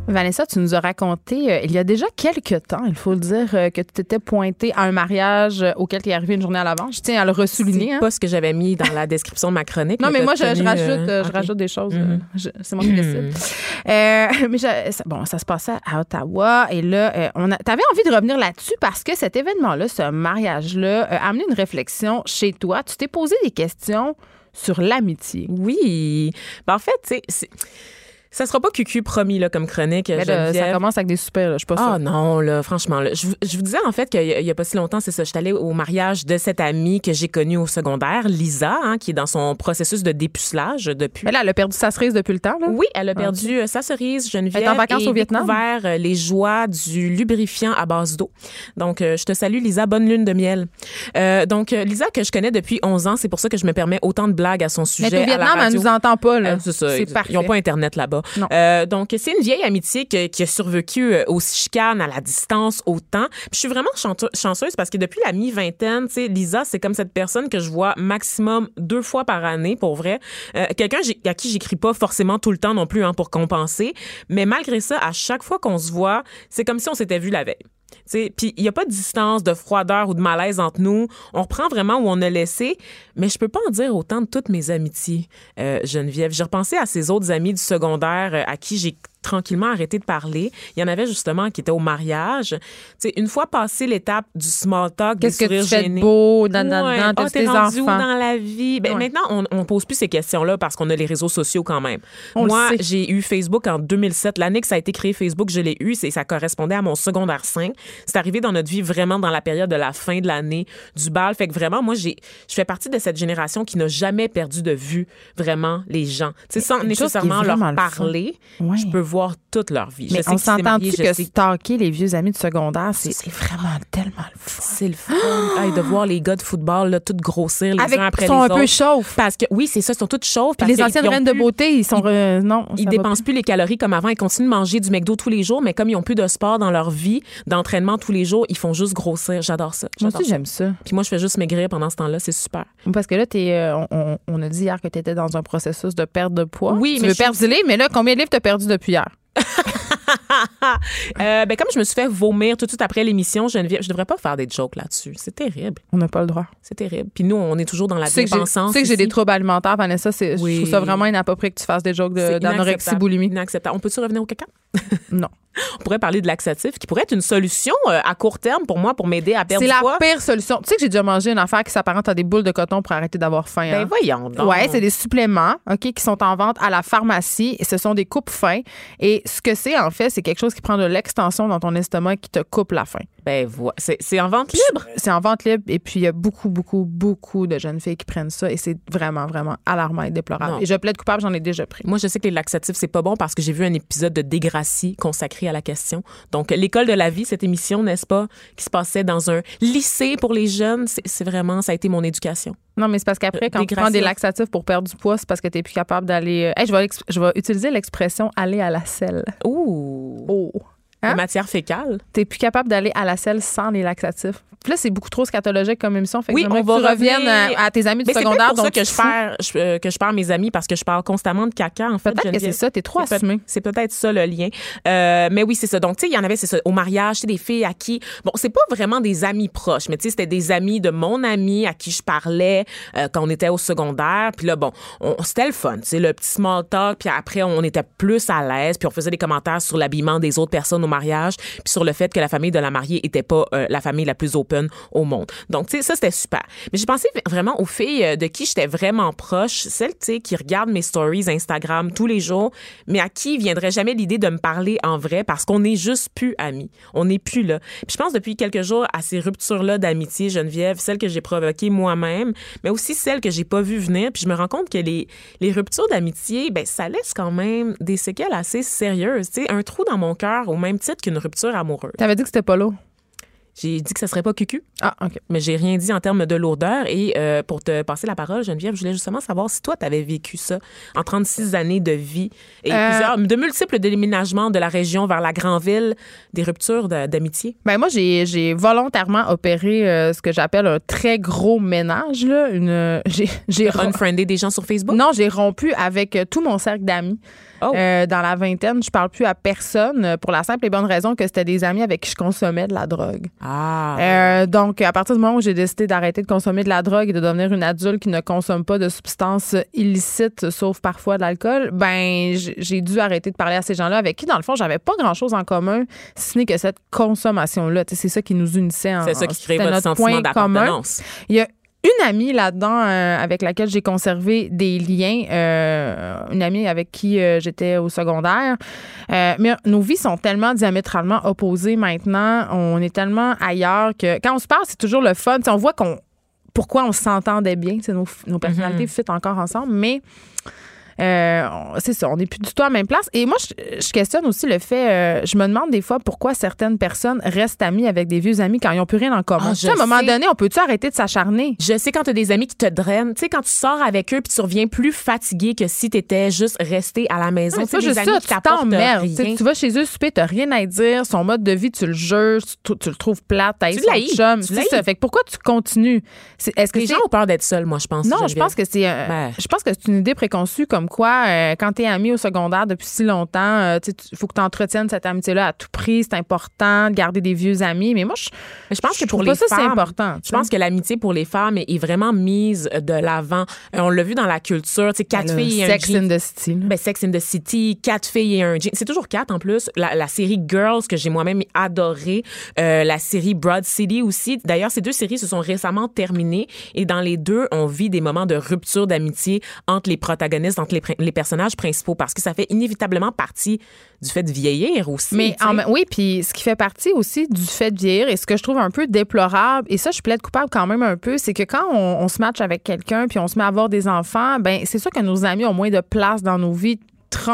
Speaker 3: Vanessa, tu nous as raconté, euh, il y a déjà quelques temps, il faut le dire, euh, que tu t'étais pointée à un mariage euh, auquel tu es arrivée une journée à l'avance. Je tiens à le
Speaker 4: C'est
Speaker 3: ressouligner. hein.
Speaker 4: pas ce que j'avais mis dans la description de ma chronique.
Speaker 3: Non, mais
Speaker 4: t'as
Speaker 3: moi, je, je
Speaker 4: tenu,
Speaker 3: rajoute,
Speaker 4: euh,
Speaker 3: euh, je
Speaker 4: ok.
Speaker 3: rajoute des choses. euh, je- c'est moi qui décide. Euh, mais je- ça- bon, ça se passait à Ottawa. Et là, euh, on a- t'avais envie de revenir là-dessus parce que cet événement-là, ce mariage-là, euh, a amené une réflexion chez toi. Tu t'es posé des questions sur l'amitié.
Speaker 4: Oui. Ben, en fait, tu sais, c'est- ça sera pas cucu promis là, comme chronique.
Speaker 3: Mais là, ça
Speaker 4: Geneviève.
Speaker 3: commence avec des soupers, là, je suis pas
Speaker 4: Ah
Speaker 3: sûre.
Speaker 4: non, là, franchement, là, je, vous- je vous disais en fait qu'il y a- il y a pas si longtemps, c'est ça, je suis allée au mariage de cette amie que j'ai connue au secondaire, Lisa, hein, qui est dans son processus de dépucelage depuis.
Speaker 3: Mais là, elle a perdu sa cerise depuis le temps. Là.
Speaker 4: Oui, elle a perdu euh, sa cerise, Geneviève.
Speaker 3: Elle est en vacances
Speaker 4: et
Speaker 3: au Vietnam.
Speaker 4: découvert euh, les joies du lubrifiant à base d'eau. Donc, euh, je te salue, Lisa. Bonne lune de miel. Euh, donc, euh, Lisa, que je connais depuis 11 ans, c'est pour ça que je me permets autant de blagues à son sujet.
Speaker 3: Mais au
Speaker 4: à la
Speaker 3: Vietnam, elle
Speaker 4: radio.
Speaker 3: nous entend pas. là.
Speaker 4: Euh, c'est ça.
Speaker 3: C'est
Speaker 4: Ils-
Speaker 3: parfait.
Speaker 4: Ils n'ont pas Internet là-bas.
Speaker 3: Non.
Speaker 4: Euh, donc, c'est une vieille amitié que- qui a survécu euh, aux chicanes, à la distance, au temps. Puis je suis vraiment chante- chanceuse parce que depuis la mi-vingtaine, tu sais, Lisa, c'est comme cette personne que je vois maximum deux fois par année, pour vrai. Euh, Quelqu'un j'ai- à qui j'écris pas forcément tout le temps non plus hein, pour compenser. Mais malgré ça, à chaque fois qu'on se voit, c'est comme si on s'était vu la veille. Tu sais, Puis il n'y a pas de distance, de froideur ou de malaise entre nous. On reprend vraiment où on a laissé, mais je peux pas en dire autant de toutes mes amitiés, euh, Geneviève. J'ai repensé à ces autres amis du secondaire euh, à qui j'ai tranquillement arrêté de parler. Il y en avait justement qui étaient au mariage. Tu sais, une fois passé l'étape du small talk,
Speaker 3: Qu'est-ce que
Speaker 4: des
Speaker 3: tu
Speaker 4: sourires
Speaker 3: fais de
Speaker 4: gênés,
Speaker 3: beau, dans, dans,
Speaker 4: Ouais.
Speaker 3: dans, t'as
Speaker 4: Ah,
Speaker 3: tes
Speaker 4: t'es rendu où
Speaker 3: enfants?
Speaker 4: dans la vie? Ben,
Speaker 3: Ouais.
Speaker 4: Maintenant, on- on ne pose plus ces questions-là parce qu'on a les réseaux sociaux quand même.
Speaker 3: On le
Speaker 4: Moi,
Speaker 3: sait.
Speaker 4: j'ai eu Facebook en 2007. L'année que ça a été créé Facebook, je l'ai eu. c'est- Ça correspondait à mon secondaire 5. C'est arrivé dans notre vie vraiment dans la période de la fin de l'année du bal. Fait que vraiment, moi, j'ai, je fais partie de cette génération qui n'a jamais perdu de vue vraiment les gens. Tu sais,
Speaker 3: Une chose
Speaker 4: sans
Speaker 3: qui est
Speaker 4: nécessairement leur
Speaker 3: vraiment le fun.
Speaker 4: parler,
Speaker 3: Ouais.
Speaker 4: je peux voir toute leur vie.
Speaker 3: Mais
Speaker 4: je sais
Speaker 3: on
Speaker 4: qui s'est marié,
Speaker 3: s'entend-tu
Speaker 4: je
Speaker 3: que
Speaker 4: sais
Speaker 3: stalker les vieux amis du secondaire, c'est c'est vraiment tellement le fun.
Speaker 4: C'est le fun. Hey, de voir les gars de football là, tout grossir les
Speaker 3: Avec,
Speaker 4: uns après
Speaker 3: ils sont
Speaker 4: les
Speaker 3: un
Speaker 4: autres.
Speaker 3: peu chauffes.
Speaker 4: Parce que oui, c'est ça, ils sont toutes chauves.
Speaker 3: Puis
Speaker 4: parce
Speaker 3: les
Speaker 4: qu'ils-
Speaker 3: anciennes
Speaker 4: ils ont
Speaker 3: reines de
Speaker 4: plus-
Speaker 3: beauté, ils sont... euh, non, ça
Speaker 4: Ils
Speaker 3: va
Speaker 4: dépensent plus les calories comme avant. Ils continuent de manger du McDo tous les jours, mais comme ils ont plus de sport dans leur vie, d'entraînement tous les jours, ils font juste grossir. J'adore ça.
Speaker 3: Moi
Speaker 4: J'adore
Speaker 3: aussi,
Speaker 4: ça.
Speaker 3: j'aime ça.
Speaker 4: Puis moi, je fais juste maigrir pendant ce temps-là. C'est super.
Speaker 3: Parce que là, t'es, euh, on- on, on a dit hier que tu étais dans un processus de perte de poids.
Speaker 4: Oui,
Speaker 3: tu
Speaker 4: mais
Speaker 3: veux
Speaker 4: je-
Speaker 3: perdre du livre, mais là, combien de livres t'as perdu depuis hier?
Speaker 4: Euh, ben, comme je me suis fait vomir tout de suite après l'émission, Geneviève, je devrais pas faire des jokes là-dessus. C'est terrible.
Speaker 3: On n'a pas le droit.
Speaker 4: C'est terrible. Puis nous, on est toujours dans la
Speaker 3: Tu sais que j'ai-
Speaker 4: dépensance.
Speaker 3: tu sais que j'ai des troubles alimentaires, Vanessa. c'est- Je
Speaker 4: Oui.
Speaker 3: trouve ça vraiment inapproprié que tu fasses des jokes de- d'anorexie boulimie.
Speaker 4: Inacceptable. On peut-tu revenir au caca?
Speaker 3: Non.
Speaker 4: On pourrait parler de laxatif, qui pourrait être une solution euh, à court terme pour moi, pour m'aider à perdre
Speaker 3: C'est
Speaker 4: du
Speaker 3: la
Speaker 4: poids.
Speaker 3: pire solution. Tu sais que j'ai déjà mangé une affaire qui s'apparente à des boules de coton pour arrêter d'avoir faim.
Speaker 4: Ben
Speaker 3: hein?
Speaker 4: voyons donc.
Speaker 3: Ouais, c'est des suppléments, OK, qui sont en vente à la pharmacie. Ce sont des coupes faim. Et ce que c'est, en fait, c'est quelque chose qui prend de l'extension dans ton estomac qui te coupe la faim.
Speaker 4: Ben voilà. C'est c'est en vente libre.
Speaker 3: C'est en vente libre et puis il y a beaucoup, beaucoup, beaucoup de jeunes filles qui prennent ça et c'est vraiment, vraiment alarmant et déplorable.
Speaker 4: Non.
Speaker 3: Et je plaide coupable, j'en ai déjà pris.
Speaker 4: Moi, je sais que les laxatifs, c'est pas bon parce que j'ai vu un épisode de Dégracie consacré à la question. Donc, l'école de la vie, cette émission, n'est-ce pas, qui se passait dans un lycée pour les jeunes, c'est c'est vraiment, ça a été mon éducation.
Speaker 3: Non, mais c'est parce qu'après, quand
Speaker 4: Des
Speaker 3: tu prends des
Speaker 4: gracieuses.
Speaker 3: laxatifs pour perdre du poids, c'est parce que tu plus capable d'aller. euh, Hey, je, vais l'ex- je vais utiliser l'expression aller à la selle.
Speaker 4: Ouh!
Speaker 3: Oh. Hein?
Speaker 4: La Matière fécale.
Speaker 3: T'es plus capable d'aller à la selle sans les laxatifs. Puis là, c'est beaucoup trop scatologique comme émission. Fait que
Speaker 4: Oui,
Speaker 3: j'aimerais
Speaker 4: on
Speaker 3: que
Speaker 4: va
Speaker 3: tu reviennes
Speaker 4: revenir-
Speaker 3: à, à tes amis du
Speaker 4: Mais c'est
Speaker 3: secondaire.
Speaker 4: peut-être pour ça
Speaker 3: donc
Speaker 4: que
Speaker 3: tu
Speaker 4: je,
Speaker 3: te fous.
Speaker 4: perds, je- euh, que je perds mes amis parce que je parle constamment de caca, en fait.
Speaker 3: Peut-être que c'est
Speaker 4: Geneviève.
Speaker 3: ça, t'es trop
Speaker 4: C'est peut-
Speaker 3: assumé.
Speaker 4: C'est peut-être ça le lien. Euh, mais oui, c'est ça. Donc, tu sais, il y en avait, c'est ça, au mariage, tu sais, des filles à qui. Bon, c'est pas vraiment des amis proches, mais tu sais, c'était des amis de mon ami à qui je parlais euh, quand on était au secondaire. Puis là, bon, on, c'était le fun, tu sais, le petit small talk. Puis après, on était plus à l'aise. Puis on faisait des commentaires sur l'habillement des autres personnes au mariage. Puis sur le fait que la famille de la mariée était pas euh, la famille la plus open au monde. Donc, tu sais, ça, c'était super. Mais j'ai pensé v- vraiment aux filles euh, de qui j'étais vraiment proche, celles, tu sais, qui regardent mes stories Instagram tous les jours, mais à qui viendrait jamais l'idée de me parler en vrai parce qu'on n'est juste plus amis. On n'est plus là. Puis je pense depuis quelques jours à ces ruptures-là d'amitié, Geneviève, celles que j'ai provoquées moi-même, mais aussi celles que j'ai pas vues venir. Puis je me rends compte que les, les ruptures d'amitié, ben, ça laisse quand même des séquelles assez sérieuses. Tu sais, un trou dans mon cœur au même titre qu'une rupture amoureuse.
Speaker 3: T'avais dit que c'était pas lourd.
Speaker 4: J'ai dit que ça serait pas cucu
Speaker 3: Ah, OK.
Speaker 4: mais j'ai rien dit en termes de lourdeur. Et euh, pour te passer la parole, Geneviève, je voulais justement savoir si toi, tu avais vécu ça en 36 années de vie et
Speaker 3: Euh.
Speaker 4: plusieurs, de multiples déménagements de la région vers la grande ville, des ruptures de- d'amitié.
Speaker 3: Ben moi, j'ai, j'ai volontairement opéré euh, ce que j'appelle un très gros ménage. Là. Une, euh, j'ai, j'ai rom-
Speaker 4: Unfriendé des gens sur Facebook.
Speaker 3: Non, j'ai rompu avec euh, tout mon cercle d'amis.
Speaker 4: Oh.
Speaker 3: Euh, dans la vingtaine, je parle plus à personne euh, pour la simple et bonne raison que c'était des amis avec qui je consommais de la drogue.
Speaker 4: Ah.
Speaker 3: Euh, donc, à partir du moment où j'ai décidé d'arrêter de consommer de la drogue et de devenir une adulte qui ne consomme pas de substances illicites, sauf parfois de l'alcool, ben j- j'ai dû arrêter de parler à ces gens-là avec qui, dans le fond, j'avais pas grand-chose en commun, si ce n'est que cette consommation-là. Tu sais, C'est ça qui nous unissait. en-
Speaker 4: c'est ça qui crée
Speaker 3: c'était
Speaker 4: votre
Speaker 3: notre
Speaker 4: sentiment
Speaker 3: point commun.
Speaker 4: d'appartenance.
Speaker 3: Il y a une amie là-dedans euh, avec laquelle j'ai conservé des liens, euh, une amie avec qui euh, j'étais au secondaire. Euh, mais nos vies sont tellement diamétralement opposées maintenant, on est tellement ailleurs que quand on se parle, c'est toujours le fun. Tu sais, on voit qu'on pourquoi on s'entendait bien, Tu sais, nos, nos
Speaker 4: Mm-hmm.
Speaker 3: personnalités fit encore ensemble, mais euh, on- c'est ça, on n'est plus du tout à la même place. Et moi, je, je questionne aussi le fait, euh, je me demande des fois pourquoi certaines personnes restent amies avec des vieux amis quand ils n'ont plus rien en commun.
Speaker 4: Ah,
Speaker 3: Tu sais, à un
Speaker 4: je
Speaker 3: moment
Speaker 4: sais.
Speaker 3: donné, on peut-tu arrêter de s'acharner?
Speaker 4: Je sais quand t'as des amis qui te drainent, tu sais quand tu sors avec eux puis tu reviens plus fatigué que si t'étais juste resté à la maison.
Speaker 3: Non, mais
Speaker 4: Tu sais, des amis qui
Speaker 3: tu
Speaker 4: t'apportent euh,
Speaker 3: t'emmerdes. Tu sais,
Speaker 4: rien.
Speaker 3: Tu vas chez eux souper, t'as rien à dire. Son mode de vie, tu le juges, tu, tu le trouves plate, t'as
Speaker 4: Tu
Speaker 3: son
Speaker 4: l'haïs,
Speaker 3: chum.
Speaker 4: tu
Speaker 3: C'est
Speaker 4: l'haïs.
Speaker 3: ça. Fait que pourquoi tu continues? C'est- Est-ce que
Speaker 4: Les
Speaker 3: c'est-
Speaker 4: gens ont peur d'être seuls, moi je pense.
Speaker 3: Non, je
Speaker 4: Geneviève.
Speaker 3: pense que c'est euh,
Speaker 4: Ben.
Speaker 3: je pense que c'est une idée préconçue comme quoi, euh, quand t'es ami au secondaire depuis si longtemps, euh, tu sais, tu- faut que t'entretiennes cette amitié-là à tout prix. C'est important de garder des vieux amis. Mais moi, je,
Speaker 4: Mais je pense
Speaker 3: je
Speaker 4: que pour
Speaker 3: trouve
Speaker 4: les
Speaker 3: pas ça, c'est
Speaker 4: femmes,
Speaker 3: important.
Speaker 4: Je pense que l'amitié pour les femmes est est vraiment mise de l'avant. Euh, On l'a vu dans la culture, tu sais, quatre filles et un
Speaker 3: Sex
Speaker 4: jean.
Speaker 3: and the City. là.
Speaker 4: Ben, Sex in the City, quatre filles et un jean. C'est toujours quatre en plus. La, la série Girls que j'ai moi-même adorée, Euh, la série Broad City aussi. D'ailleurs, ces deux séries se sont récemment terminées et dans les deux, on vit des moments de rupture d'amitié entre les protagonistes, entre les, prin- les personnages principaux, parce que ça fait inévitablement partie du fait de vieillir aussi.
Speaker 3: Mais
Speaker 4: tu sais.
Speaker 3: en même- oui, puis ce qui fait partie aussi du fait de vieillir et ce que je trouve un peu déplorable, et ça, je plaide coupable quand même un peu, c'est que quand on, on se matche avec quelqu'un puis on se met à avoir des enfants, ben c'est sûr que nos amis ont moins de place dans nos vies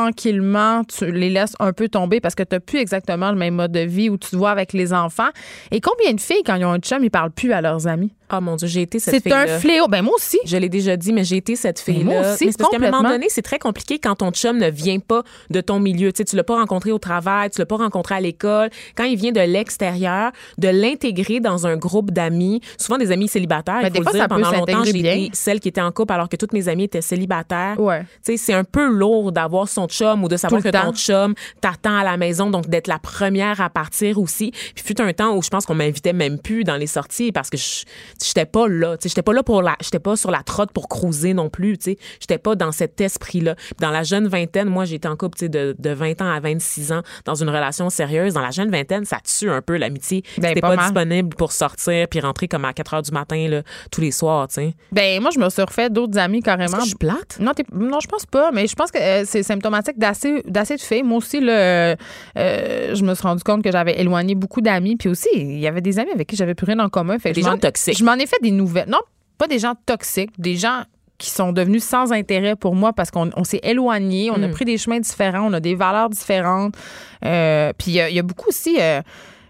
Speaker 3: tranquillement, tu les laisses un peu tomber parce que tu n'as plus exactement le même mode de vie où tu te vois avec les enfants. Et combien de filles, quand ils ont un chum, ils parlent plus à leurs amis?
Speaker 4: oh mon Dieu, j'ai été cette
Speaker 3: C'est un
Speaker 4: fille-là.
Speaker 3: fléau. Ben moi aussi.
Speaker 4: Je l'ai déjà dit, mais j'ai été cette
Speaker 3: Mais
Speaker 4: fille-là.
Speaker 3: moi aussi,
Speaker 4: Mais c'est parce qu'à un moment
Speaker 3: complètement.
Speaker 4: donné, c'est très compliqué quand ton chum ne vient pas de ton milieu. Tu sais, tu l'as pas rencontré au travail, tu l'as pas rencontré à l'école. Quand il vient de l'extérieur, de l'intégrer dans un groupe d'amis, souvent des amis célibataires.
Speaker 3: Mais Ben,
Speaker 4: il
Speaker 3: des
Speaker 4: faut
Speaker 3: fois,
Speaker 4: le
Speaker 3: ça
Speaker 4: dire,
Speaker 3: peut
Speaker 4: pendant longtemps,
Speaker 3: s'intégrer
Speaker 4: j'ai
Speaker 3: bien.
Speaker 4: été celle qui était en couple alors que toutes mes amies étaient célibataires.
Speaker 3: Ouais.
Speaker 4: Tu sais, c'est un peu lourd d'avoir son chum ou de savoir
Speaker 3: Tout
Speaker 4: que
Speaker 3: le temps.
Speaker 4: ton chum t'attend à la maison, donc d'être la première à partir aussi. Puis fut un temps où je pense qu'on m'invitait même plus dans les sorties parce que je j'étais pas là, tu sais, j'étais pas là pour la j'étais pas sur la trotte pour cruiser non plus, tu sais, j'étais pas dans cet esprit-là. Puis Dans la jeune vingtaine, moi j'étais en couple, tu sais, de, de 20 ans à 26 ans dans une relation sérieuse. Dans la jeune vingtaine, ça tue un peu l'amitié.
Speaker 3: Ben,
Speaker 4: T'es
Speaker 3: pas
Speaker 4: pas,
Speaker 3: mal.
Speaker 4: disponible pour sortir puis rentrer comme à 4 heures du matin là, tous les soirs, tu sais.
Speaker 3: Ben moi, je me suis refait d'autres amis carrément.
Speaker 4: Est-ce que Je suis plate.
Speaker 3: Non, t'es- non, je pense pas, mais je pense que euh, c'est symptomatique d'assez d'assez de filles. Moi aussi, là, euh, euh, je me suis rendu compte que j'avais éloigné beaucoup d'amis. Puis aussi, il y avait des amis avec qui j'avais plus rien en commun. Fait que
Speaker 4: Des
Speaker 3: je m'en-
Speaker 4: gens toxiques.
Speaker 3: Je m'en ai fait des nouvelles. Non, pas des gens toxiques, des gens qui sont devenus sans intérêt pour moi parce qu'on on s'est éloigné,
Speaker 4: Mm.
Speaker 3: on a pris des chemins différents, on a des valeurs différentes. Euh, puis il y, a- il y a beaucoup aussi. euh,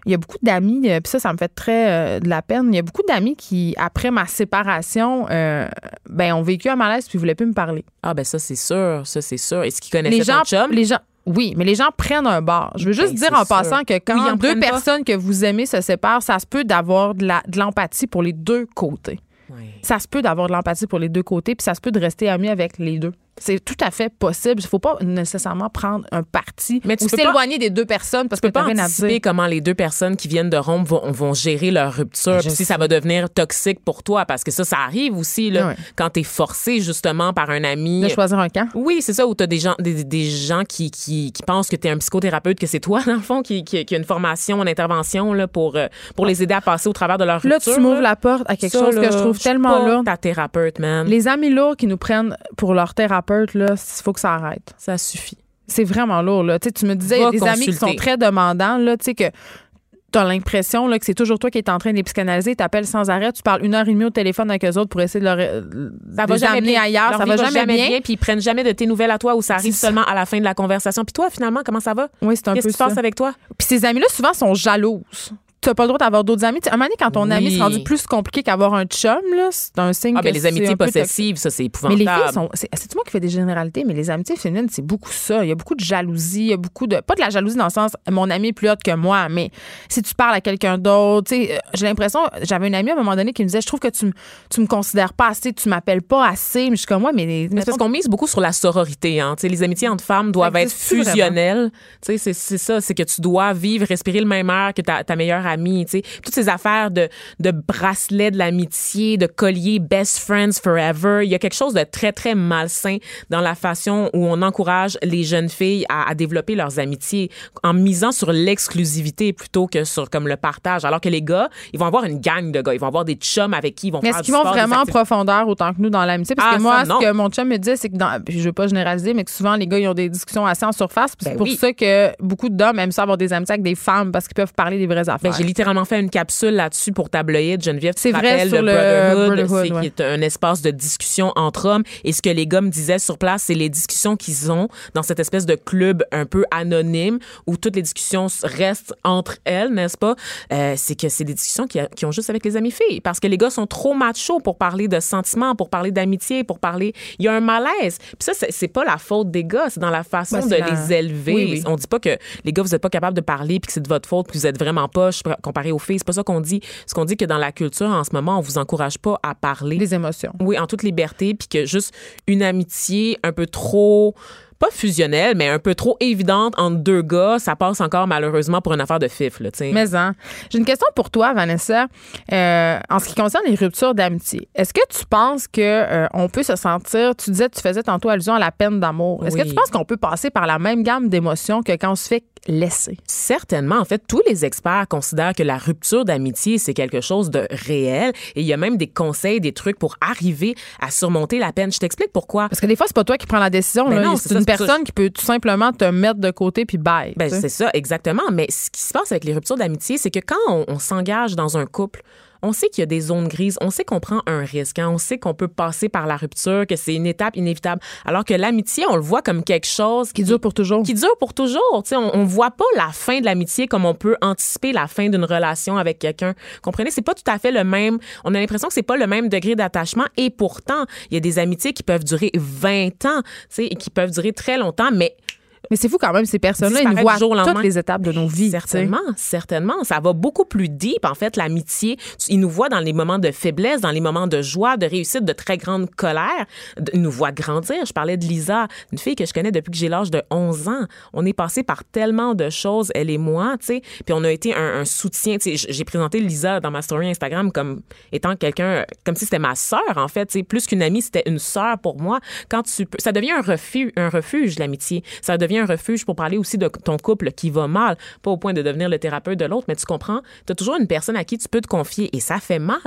Speaker 3: il y a beaucoup d'amis, euh, puis ça, ça me fait très euh, de la peine. Il y a beaucoup d'amis qui, après ma séparation, euh, ben, ont vécu un malaise puis ils voulaient plus me parler
Speaker 4: Ah ben ça c'est sûr, ça c'est sûr. Est-ce qu'ils connaissaient
Speaker 3: les gens,
Speaker 4: ton chum?
Speaker 3: les gens, oui, mais les gens prennent un bar. Je veux juste
Speaker 4: Ben,
Speaker 3: dire
Speaker 4: c'est
Speaker 3: en
Speaker 4: sûr.
Speaker 3: passant que
Speaker 4: Oui, ils
Speaker 3: quand
Speaker 4: en
Speaker 3: deux
Speaker 4: prennent pas.
Speaker 3: personnes que vous aimez se séparent, ça se peut d'avoir de la- de l'empathie pour les deux côtés.
Speaker 4: Ouais.
Speaker 3: Ça se peut d'avoir de l'empathie pour les deux côtés, puis ça se peut de rester ami avec les deux. C'est tout à fait possible. Il ne faut pas nécessairement prendre un parti
Speaker 4: Mais tu
Speaker 3: ou
Speaker 4: peux pas-
Speaker 3: s'éloigner des deux personnes parce que
Speaker 4: Tu peux pas
Speaker 3: t'as rien à
Speaker 4: anticiper
Speaker 3: dire.
Speaker 4: comment les deux personnes qui viennent de rompre vont, vont gérer leur rupture, puis si ça va devenir toxique pour toi, parce que ça, ça arrive aussi là,
Speaker 3: Ouais.
Speaker 4: quand t'es forcé justement par un ami.
Speaker 3: De choisir un camp.
Speaker 4: Oui, c'est ça, où t'as des gens, des, des gens qui, qui, qui pensent que t'es un psychothérapeute, que c'est toi, dans le fond, qui, qui, qui a une formation, une intervention là, pour, euh, pour les aider à passer au travers de leur
Speaker 3: Là,
Speaker 4: rupture.
Speaker 3: tu m'ouvres la porte à quelque
Speaker 4: Ça,
Speaker 3: chose
Speaker 4: là,
Speaker 3: que je trouve
Speaker 4: suis
Speaker 3: tellement
Speaker 4: pas
Speaker 3: lourd.
Speaker 4: ta thérapeute, man.
Speaker 3: Les amis lourds qui nous prennent pour leur thérapeute, là, il faut que ça arrête.
Speaker 4: Ça suffit.
Speaker 3: c'est vraiment lourd. Là. Tu sais, tu me disais, il y a
Speaker 4: Va
Speaker 3: des amis qui
Speaker 4: consulter.
Speaker 3: sont très demandants, là, tu sais, que tu as l'impression là, que c'est toujours toi qui es en train de les psychanalyser, tu appelles sans arrêt, tu parles une heure et demie au téléphone avec eux autres pour essayer de leur,
Speaker 4: ça
Speaker 3: les amener ailleurs,
Speaker 4: Leur
Speaker 3: ça
Speaker 4: vie
Speaker 3: va jamais, bien.
Speaker 4: puis ils prennent jamais de tes nouvelles à toi ou ça arrive
Speaker 3: C'est ça.
Speaker 4: seulement à la fin de la conversation. Puis toi, finalement, comment ça va?
Speaker 3: Oui, c'est un
Speaker 4: Qu'est-ce
Speaker 3: peu
Speaker 4: qui se passe
Speaker 3: ça.
Speaker 4: avec toi?
Speaker 3: Puis ces amis-là, souvent, sont jalouses. Tu n'as pas le droit d'avoir d'autres amis. Tu sais, un moment donné, quand ton
Speaker 4: Oui.
Speaker 3: ami se rendu plus compliqué qu'avoir un chum, là, c'est un signe
Speaker 4: Ah, ben
Speaker 3: que
Speaker 4: les
Speaker 3: c'est un
Speaker 4: amitiés
Speaker 3: peu toxique.
Speaker 4: possessives, ça, c'est
Speaker 3: Mais
Speaker 4: épouvantable.
Speaker 3: les filles sont. C'est c'est-tu moi qui fais des généralités, mais les amitiés féminines, c'est beaucoup ça. Il y a beaucoup de jalousie, il y a beaucoup de. Pas de la jalousie dans le sens mon ami est plus haute que moi, mais si tu parles à quelqu'un d'autre, tu sais, euh, j'ai l'impression. J'avais une amie à un moment donné qui me disait Je trouve que tu, me- tu me considères pas assez, tu m'appelles pas assez, mais je suis comme moi, mais. mais
Speaker 4: Mais c'est parce qu'on mise beaucoup sur la sororité. Hein. Tu sais, Les amitiés entre femmes doivent
Speaker 3: Ça
Speaker 4: être
Speaker 3: existe-tu vraiment?
Speaker 4: fusionnelles. Tu sais, C'est c'est ça, c'est que tu dois vivre, respirer le même air que ta, ta meilleure amie. tu sais. Toutes ces affaires de, de bracelets de l'amitié, de collier best friends forever, il y a quelque chose de très, très malsain dans la façon où on encourage les jeunes filles à, à développer leurs amitiés en misant sur l'exclusivité plutôt que sur comme le partage. Alors que les gars, ils vont avoir une gang de gars. Ils vont avoir des chums avec qui ils vont
Speaker 3: Mais
Speaker 4: faire
Speaker 3: est-ce
Speaker 4: du
Speaker 3: qu'ils vont
Speaker 4: sport, des
Speaker 3: vraiment en
Speaker 4: activités.
Speaker 3: profondeur autant que nous dans l'amitié? Parce
Speaker 4: Ah,
Speaker 3: que moi,
Speaker 4: ça, non.
Speaker 3: ce que mon chum me dit, c'est que dans, puis je veux pas généraliser, mais que souvent les gars, ils ont des discussions assez en surface. puis c'est
Speaker 4: Ben
Speaker 3: pour
Speaker 4: oui.
Speaker 3: ça que beaucoup d'hommes aiment ça avoir des amitiés avec des femmes parce qu'ils peuvent parler des vraies affaires.
Speaker 4: Ben, j'ai littéralement fait une capsule là-dessus pour tabloïd Geneviève. tu
Speaker 3: C'est
Speaker 4: te
Speaker 3: vrai,
Speaker 4: rappelles,
Speaker 3: sur
Speaker 4: le
Speaker 3: le
Speaker 4: Brotherhood,
Speaker 3: Brotherhood,
Speaker 4: c'est
Speaker 3: ouais.
Speaker 4: qui est un espace de discussion entre hommes. Et ce que les gars me disaient sur place, c'est les discussions qu'ils ont dans cette espèce de club un peu anonyme où toutes les discussions s- restent entre elles, n'est-ce pas? Euh, c'est que c'est des discussions qui, qui ont juste avec les amis filles. Parce que les gars sont trop machos pour parler de sentiments, pour parler d'amitié, pour parler. Il y a un malaise. Puis ça, c'est- c'est pas la faute des gars, c'est dans la façon
Speaker 3: Ben,
Speaker 4: de
Speaker 3: c'est la-
Speaker 4: les élever.
Speaker 3: Oui, oui.
Speaker 4: On dit pas que les gars, vous êtes pas capables de parler puis que c'est de votre faute puis que vous êtes vraiment pas. Je compa- comparé aux filles. C'est pas ça qu'on dit. Ce qu'on dit que dans la culture en ce moment, on vous encourage pas à parler.
Speaker 3: Les émotions.
Speaker 4: Oui, en toute liberté, puis que juste une amitié un peu trop pas fusionnelle, mais un peu trop évidente entre deux gars, ça passe encore malheureusement pour une affaire de fif, là, tu sais.
Speaker 3: Mais en. J'ai une question pour toi, Vanessa. Euh, en ce qui concerne les ruptures d'amitié, est-ce que tu penses que euh, on peut se sentir Tu disais, tu faisais tantôt allusion à la peine d'amour. Est-ce que
Speaker 4: Oui.
Speaker 3: tu penses qu'on peut passer par la même gamme d'émotions que quand on se fait laisser
Speaker 4: Certainement. En fait, tous les experts considèrent que la rupture d'amitié, c'est quelque chose de réel. Et il y a même des conseils, des trucs pour arriver à surmonter la peine. Je t'explique pourquoi.
Speaker 3: Parce que des fois, c'est pas toi qui prends la décision.
Speaker 4: Ben
Speaker 3: là.
Speaker 4: non,
Speaker 3: c'est
Speaker 4: c'est
Speaker 3: une
Speaker 4: ça, c'est
Speaker 3: personne qui peut tout simplement te mettre de côté puis bye.
Speaker 4: Ben,
Speaker 3: tu sais.
Speaker 4: c'est ça, exactement. Mais ce qui se passe avec les ruptures d'amitié, c'est que quand on, on s'engage dans un couple, on sait qu'il y a des zones grises, on sait qu'on prend un risque, hein, on sait qu'on peut passer par la rupture, que c'est une étape inévitable. Alors que l'amitié, on le voit comme quelque chose
Speaker 3: Qui dure pour toujours.
Speaker 4: qui dure pour toujours. Tu sais, on ne voit pas la fin de l'amitié comme on peut anticiper la fin d'une relation avec quelqu'un. Comprenez, c'est pas tout à fait le même. On a l'impression que c'est pas le même degré d'attachement et pourtant, il y a des amitiés qui peuvent durer 20 ans, tu sais, et qui peuvent durer très longtemps, mais
Speaker 3: Mais c'est fou quand même, ces personnes-là, ils nous
Speaker 4: Disparaître du
Speaker 3: voient
Speaker 4: jour au lendemain. Ben,
Speaker 3: toutes les étapes de nos vies. tu sais.
Speaker 4: Certainement, certainement. Ça va beaucoup plus deep, en fait, l'amitié. Tu- Il nous voit dans les moments de faiblesse, dans les moments de joie, de réussite, de très grande colère. De- Il nous voit grandir. Je parlais de Lisa, une fille que je connais depuis que j'ai l'âge de 11 ans. On est passé par tellement de choses, elle et moi, tu sais. Puis on a été un, un soutien. Tu sais, j- j'ai présenté Lisa dans ma story Instagram comme étant quelqu'un, comme si c'était ma sœur, en fait. tu sais. Plus qu'une amie, c'était une sœur pour moi. Quand tu peux- ça devient un refuge, un refuge, l'amitié. Ça devient un refuge pour parler aussi de ton couple qui va mal, pas au point de devenir le thérapeute de l'autre, mais tu comprends, tu as toujours une personne à qui tu peux te confier et ça fait mal.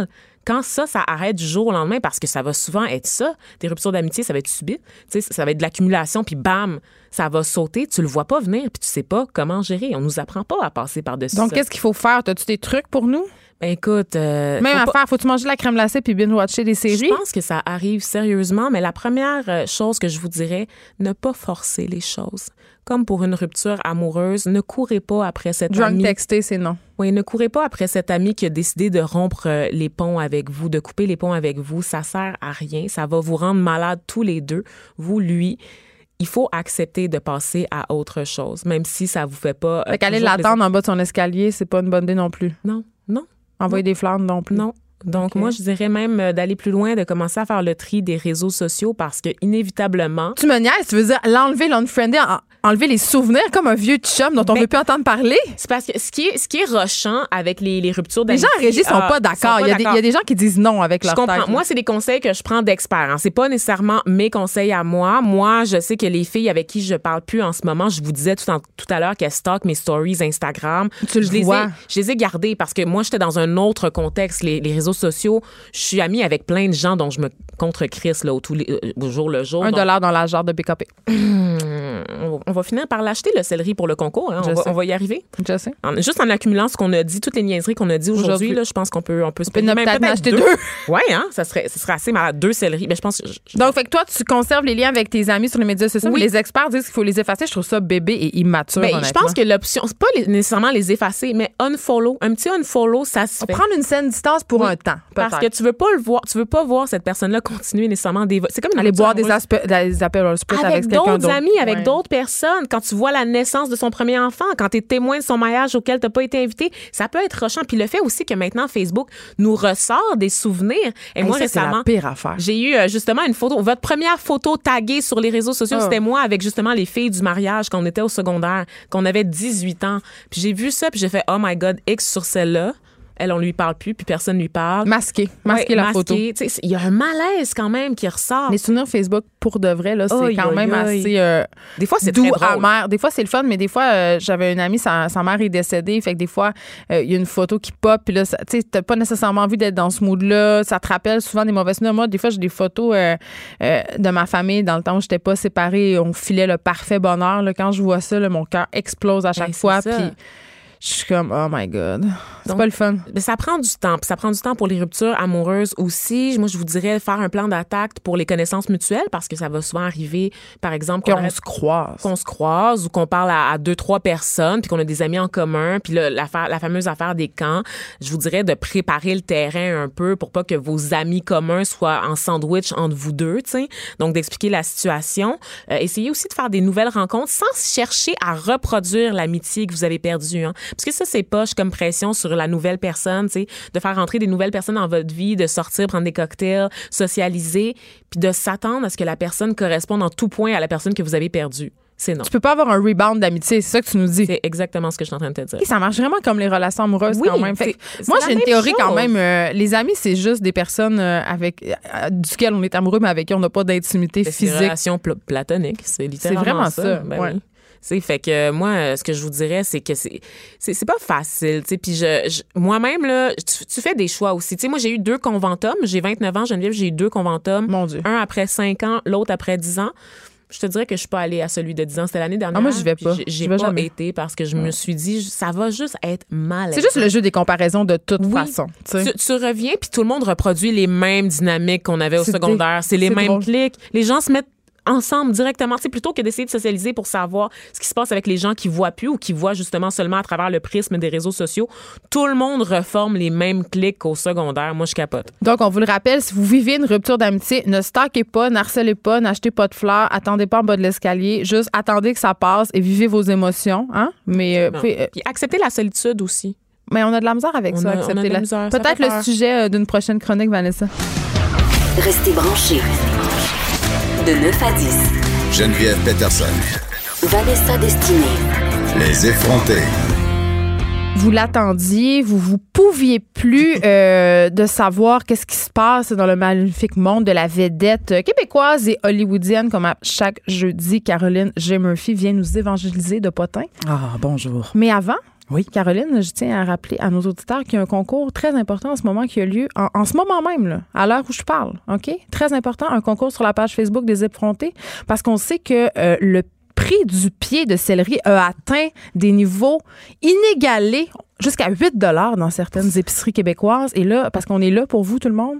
Speaker 4: Quand ça, ça arrête du jour au lendemain parce que ça va souvent être ça. Tes ruptures d'amitié, ça va être subite. Tu sais, ça va être de l'accumulation, puis bam, ça va sauter. Tu le vois pas venir, puis tu sais pas comment gérer. On nous apprend pas à passer par-dessus
Speaker 3: Donc,
Speaker 4: ça.
Speaker 3: qu'est-ce qu'il faut faire? T'as-tu des trucs pour nous?
Speaker 4: Ben, écoute, euh,
Speaker 3: Même
Speaker 4: faut pas-
Speaker 3: affaire, faut-tu manger de la crème glacée puis binge-watcher des séries?
Speaker 4: Je pense que ça arrive sérieusement, mais la première euh, chose que je vous dirais, ne pas forcer les choses. Comme pour une rupture amoureuse, ne courez pas après cette
Speaker 3: Drunk
Speaker 4: amie.
Speaker 3: texté, c'est non.
Speaker 4: Oui, ne courez pas après cet ami qui a décidé de rompre euh, les ponts avec vous, de couper les ponts avec vous. Ça sert à rien. Ça va vous rendre malade tous les deux, vous, lui. Il faut accepter de passer à autre chose, même si ça vous fait pas. euh,
Speaker 3: Fait qu'aller
Speaker 4: toujours plaisir.
Speaker 3: l'attendre en bas de son escalier, c'est pas une bonne idée non plus.
Speaker 4: Non, non.
Speaker 3: Envoyer des flammes non plus.
Speaker 4: Non. Donc,
Speaker 3: Ok.
Speaker 4: moi, je dirais même euh, d'aller plus loin, de commencer à faire le tri des réseaux sociaux parce que, inévitablement,
Speaker 3: Tu me niaises, tu veux dire l'enlever, l'unfriender, en- enlever les souvenirs comme un vieux chum dont on
Speaker 4: Ben,
Speaker 3: veut plus entendre parler?
Speaker 4: c'est parce que ce qui est, ce qui est rushant avec les, les ruptures
Speaker 3: Les gens
Speaker 4: d'amitié...
Speaker 3: en régie sont
Speaker 4: ah,
Speaker 3: pas d'accord.
Speaker 4: sont
Speaker 3: Il y, a des- il y a des gens qui disent non avec
Speaker 4: Je
Speaker 3: leur
Speaker 4: comprends.
Speaker 3: tête, là.
Speaker 4: moi, c'est des conseils que je prends d'experts. Hein. C'est pas nécessairement mes conseils à moi. Moi, je sais que les filles avec qui je parle plus en ce moment, je vous disais tout, en- tout à l'heure qu'elles stockent mes stories Instagram.
Speaker 3: Tu le
Speaker 4: je les
Speaker 3: vois.
Speaker 4: ai- je les ai gardées parce que moi, j'étais dans un autre contexte. Les, les réseaux sociaux, je suis amie avec plein de gens dont je me contre Chris là au, tous les- euh, au jour le jour.
Speaker 3: un
Speaker 4: Donc,
Speaker 3: dollar dans la jarre de BKP.
Speaker 4: on va- on va finir par l'acheter le céleri pour le concours. hein.
Speaker 3: Je
Speaker 4: On, va,
Speaker 3: sais.
Speaker 4: on va y arriver.
Speaker 3: Je sais.
Speaker 4: En- juste en accumulant ce qu'on a dit, toutes les niaiseries qu'on a dit
Speaker 3: Aujourd'hui.
Speaker 4: aujourd'hui, là, je pense qu'on peut, on peut se
Speaker 3: peut
Speaker 4: payer même
Speaker 3: peut-être en
Speaker 4: peut-être
Speaker 3: acheter deux.
Speaker 4: Ouais, hein, ça serait, ça serait assez malade. Deux céleris. Ben, je pense. que je- je-
Speaker 3: Donc, fait que toi, tu conserves les liens avec tes amis sur les médias sociaux,
Speaker 4: Oui.
Speaker 3: mais les experts disent qu'il faut les effacer. Je trouve ça bébé et immature.
Speaker 4: Ben, je pense que l'option, c'est pas les- nécessairement les effacer, mais unfollow, un petit unfollow, ça se fait.
Speaker 3: prendre une saine distance pour un temps,
Speaker 4: Parce que tu veux pas le voir, tu veux pas voir cette personne-là continuer nécessairement des. C'est comme une
Speaker 3: aller
Speaker 4: rupture
Speaker 3: boire des,
Speaker 4: amoureuse.
Speaker 3: aspe- des appels au split avec,
Speaker 4: avec
Speaker 3: quelqu'un
Speaker 4: d'autres
Speaker 3: d'autre.
Speaker 4: amis, avec
Speaker 3: Ouais.
Speaker 4: d'autres personnes, quand tu vois la naissance de son premier enfant, quand tu es témoin de son mariage auquel tu pas été invité, ça peut être rochant. Puis le fait aussi que maintenant Facebook nous ressort des souvenirs. Et
Speaker 3: Hey,
Speaker 4: moi
Speaker 3: ça, c'est
Speaker 4: récemment,
Speaker 3: la pire affaire.
Speaker 4: j'ai eu euh, justement une photo, votre première photo taguée sur les réseaux sociaux,
Speaker 3: Ah.
Speaker 4: c'était moi avec justement les filles du mariage quand on était au secondaire, qu'on avait 18 ans. Puis j'ai vu ça, puis j'ai fait oh my god, X sur celle-là. Elle on lui parle plus, puis personne lui parle.
Speaker 3: Masquer, masquer
Speaker 4: Ouais,
Speaker 3: la photo.
Speaker 4: Tu sais, c'est- Il y a un malaise quand même qui ressort.
Speaker 3: Les souvenirs Facebook, pour de vrai, là, c'est
Speaker 4: Aïe,
Speaker 3: quand
Speaker 4: aïe,
Speaker 3: même
Speaker 4: aïe.
Speaker 3: assez euh,
Speaker 4: Des fois c'est
Speaker 3: doux,
Speaker 4: très drôle.
Speaker 3: amer. Des fois, c'est le fun, mais des fois, euh, j'avais une amie, sa, sa mère est décédée. Fait que des fois, euh, il y a une photo qui pop, puis là, ça- tu sais, t'as pas nécessairement envie d'être dans ce mood-là. Ça te rappelle souvent des mauvaises souvenirs. Moi, des fois, j'ai des photos euh, euh, de ma famille dans le temps où j'étais pas séparée. On filait le parfait bonheur. là. Quand je vois ça, là, mon cœur explose à chaque
Speaker 4: Ben, c'est
Speaker 3: fois.
Speaker 4: ça.
Speaker 3: Puis je suis comme, oh my God. C'est
Speaker 4: Donc,
Speaker 3: pas le fun.
Speaker 4: Mais ça prend du temps. Puis ça prend du temps pour les ruptures amoureuses aussi. Moi, je vous dirais faire un plan d'attaque pour les connaissances mutuelles parce que ça va souvent arriver, par exemple, qu'on
Speaker 3: Qu'on
Speaker 4: arrête-
Speaker 3: se croise.
Speaker 4: qu'on se croise ou qu'on parle à, à deux, trois personnes, puis qu'on a des amis en commun, puis là, l'affaire- la fameuse affaire des camps, je vous dirais de préparer le terrain un peu pour pas que vos amis communs soient en sandwich entre vous deux, tu sais. Donc, d'expliquer la situation. Euh, essayez aussi de faire des nouvelles rencontres sans chercher à reproduire l'amitié que vous avez perdue. hein. Parce que ça, c'est poche comme pression sur la nouvelle personne, tu sais, de faire entrer des nouvelles personnes dans votre vie, de sortir, prendre des cocktails, socialiser, puis de s'attendre à ce que la personne corresponde en tout point à la personne que vous avez perdue. C'est non.
Speaker 3: Tu peux pas avoir un rebound d'amitié, c'est ça que tu nous dis.
Speaker 4: C'est exactement ce que je suis en train de te dire.
Speaker 3: Et ça marche vraiment comme les relations amoureuses
Speaker 4: Oui,
Speaker 3: quand même. Fait que
Speaker 4: c'est- c'est
Speaker 3: moi,
Speaker 4: la
Speaker 3: j'ai une
Speaker 4: même
Speaker 3: théorie quand
Speaker 4: chose.
Speaker 3: même. euh, les amis, c'est juste des personnes euh, avec euh, duquel on est amoureux, mais avec qui on n'a pas d'intimité
Speaker 4: C'est une
Speaker 3: physique.
Speaker 4: relation pla- platonique, c'est littéralement
Speaker 3: vraiment
Speaker 4: ça.
Speaker 3: ça,
Speaker 4: Ben
Speaker 3: ouais.
Speaker 4: oui. Tu sais, fait que euh, moi, euh, ce que je vous dirais, c'est que c'est c'est c'est pas facile. tu sais. Puis je, je- moi-même, là, tu, tu fais des choix aussi. Tu sais, moi, j'ai eu deux conventums. J'ai 29 ans, Geneviève, j'ai eu deux conventums.
Speaker 3: Mon Dieu.
Speaker 4: Un après 5 ans, l'autre après 10 ans. Je te dirais que je suis pas allée à celui de 10 ans. C'était l'année dernière.
Speaker 3: Ah, moi, j'y vais
Speaker 4: puis
Speaker 3: pas.
Speaker 4: j'ai-
Speaker 3: J'y
Speaker 4: J'ai
Speaker 3: vais
Speaker 4: pas
Speaker 3: jamais.
Speaker 4: été parce que je me suis dit, ça va juste être mal.
Speaker 3: C'est juste le jeu des comparaisons de toute
Speaker 4: Oui.
Speaker 3: façon. tu sais.
Speaker 4: Tu, tu reviens, puis tout le monde reproduit les mêmes dynamiques qu'on avait au
Speaker 3: C'est
Speaker 4: secondaire.
Speaker 3: dé-
Speaker 4: C'est les
Speaker 3: c'est
Speaker 4: mêmes
Speaker 3: drôle.
Speaker 4: clics. Les gens se mettent ensemble directement. C'est plutôt que d'essayer de socialiser pour savoir ce qui se passe avec les gens qui voient plus ou qui voient justement seulement à travers le prisme des réseaux sociaux. Tout le monde reforme les mêmes clics au secondaire. Moi, je capote.
Speaker 3: Donc, on vous le rappelle, si vous vivez une rupture d'amitié, ne stockez pas, n'harcelez pas, n'achetez pas de fleurs, attendez pas en bas de l'escalier, juste attendez que ça passe et vivez vos émotions. Hein? Mais, euh,
Speaker 4: Non.
Speaker 3: puis, euh,
Speaker 4: Puis accepter la solitude aussi.
Speaker 3: mais on a de la misère avec
Speaker 4: On
Speaker 3: ça,
Speaker 4: a- on a
Speaker 3: accepter
Speaker 4: de la
Speaker 3: la-
Speaker 4: misère, ça
Speaker 3: Peut-être
Speaker 4: fait
Speaker 3: le
Speaker 4: peur.
Speaker 3: sujet euh, d'une prochaine chronique, Vanessa.
Speaker 1: Restez branchés. De 9 à 10,
Speaker 2: Geneviève Peterson.
Speaker 1: Vanessa Destinée.
Speaker 2: Les effrontés.
Speaker 3: Vous l'attendiez, vous vous pouviez plus euh, de savoir qu'est-ce qui se passe dans le magnifique monde de la vedette québécoise et hollywoodienne, comme à chaque jeudi, Caroline G. Murphy vient nous évangéliser de potins.
Speaker 6: Ah, bonjour.
Speaker 3: Mais avant,
Speaker 6: Oui.
Speaker 3: Caroline, je tiens à rappeler à nos auditeurs qu'il y a un concours très important en ce moment qui a lieu, en, en ce moment même, là, à l'heure où je parle. OK? Très important, un concours sur la page Facebook des Effrontés, parce qu'on sait que euh, le prix du pied de céleri a atteint des niveaux inégalés jusqu'à 8 dollars dans certaines épiceries québécoises. Et là, parce qu'on est là pour vous, tout le monde,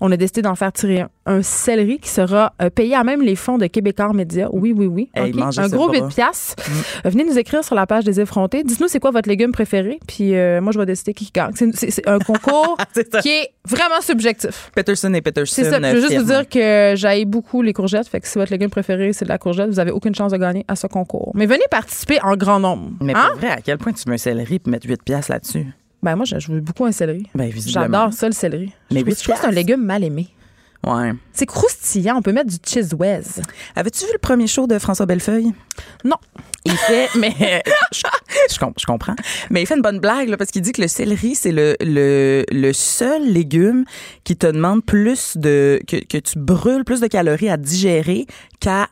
Speaker 3: on a décidé d'en faire tirer un, un céleri qui sera euh, payé à même les fonds de Québécois Média. Oui, oui, oui.
Speaker 6: Hey,
Speaker 3: OK?
Speaker 6: mangez
Speaker 3: Un
Speaker 6: ça,
Speaker 3: gros
Speaker 6: Barbara.
Speaker 3: 8 piastres. Euh, Venez nous écrire sur la page des effrontés. Dites-nous c'est quoi votre légume préféré, puis euh, moi je vais décider qui gagne. C'est- C'est c'est un concours
Speaker 6: C'est ça.
Speaker 3: qui est vraiment subjectif.
Speaker 6: Peterson et Peterson.
Speaker 3: C'est ça. Je veux juste vous
Speaker 6: firme.
Speaker 3: dire que j'aille beaucoup les courgettes. Fait que si votre légume préféré c'est de la courgette, vous avez aucune chance de gagner à ce concours. Mais venez participer en grand nombre.
Speaker 6: Mais
Speaker 3: Hein?
Speaker 6: pour vrai, à quel point tu mets un céleri puis mettre 8 piastres là-dessus?
Speaker 3: Ben moi je je veux beaucoup un céleri.
Speaker 6: Ben, visiblement.
Speaker 3: J'adore ça le céleri.
Speaker 6: Mais
Speaker 3: je trouve,
Speaker 6: huit
Speaker 3: je trouve que c'est un
Speaker 6: piastres.
Speaker 3: légume mal aimé.
Speaker 6: Ouais.
Speaker 3: C'est croustillant. On peut mettre du cheese whiz.
Speaker 6: Avais-tu vu le premier show de François Bellefeuille?
Speaker 3: Non.
Speaker 6: Il fait, mais je, je com- je comprends. Mais il fait une bonne blague là, parce qu'il dit que le céleri, c'est le, le, le seul légume qui te demande plus de. que, que tu brûles plus de calories à digérer qu'à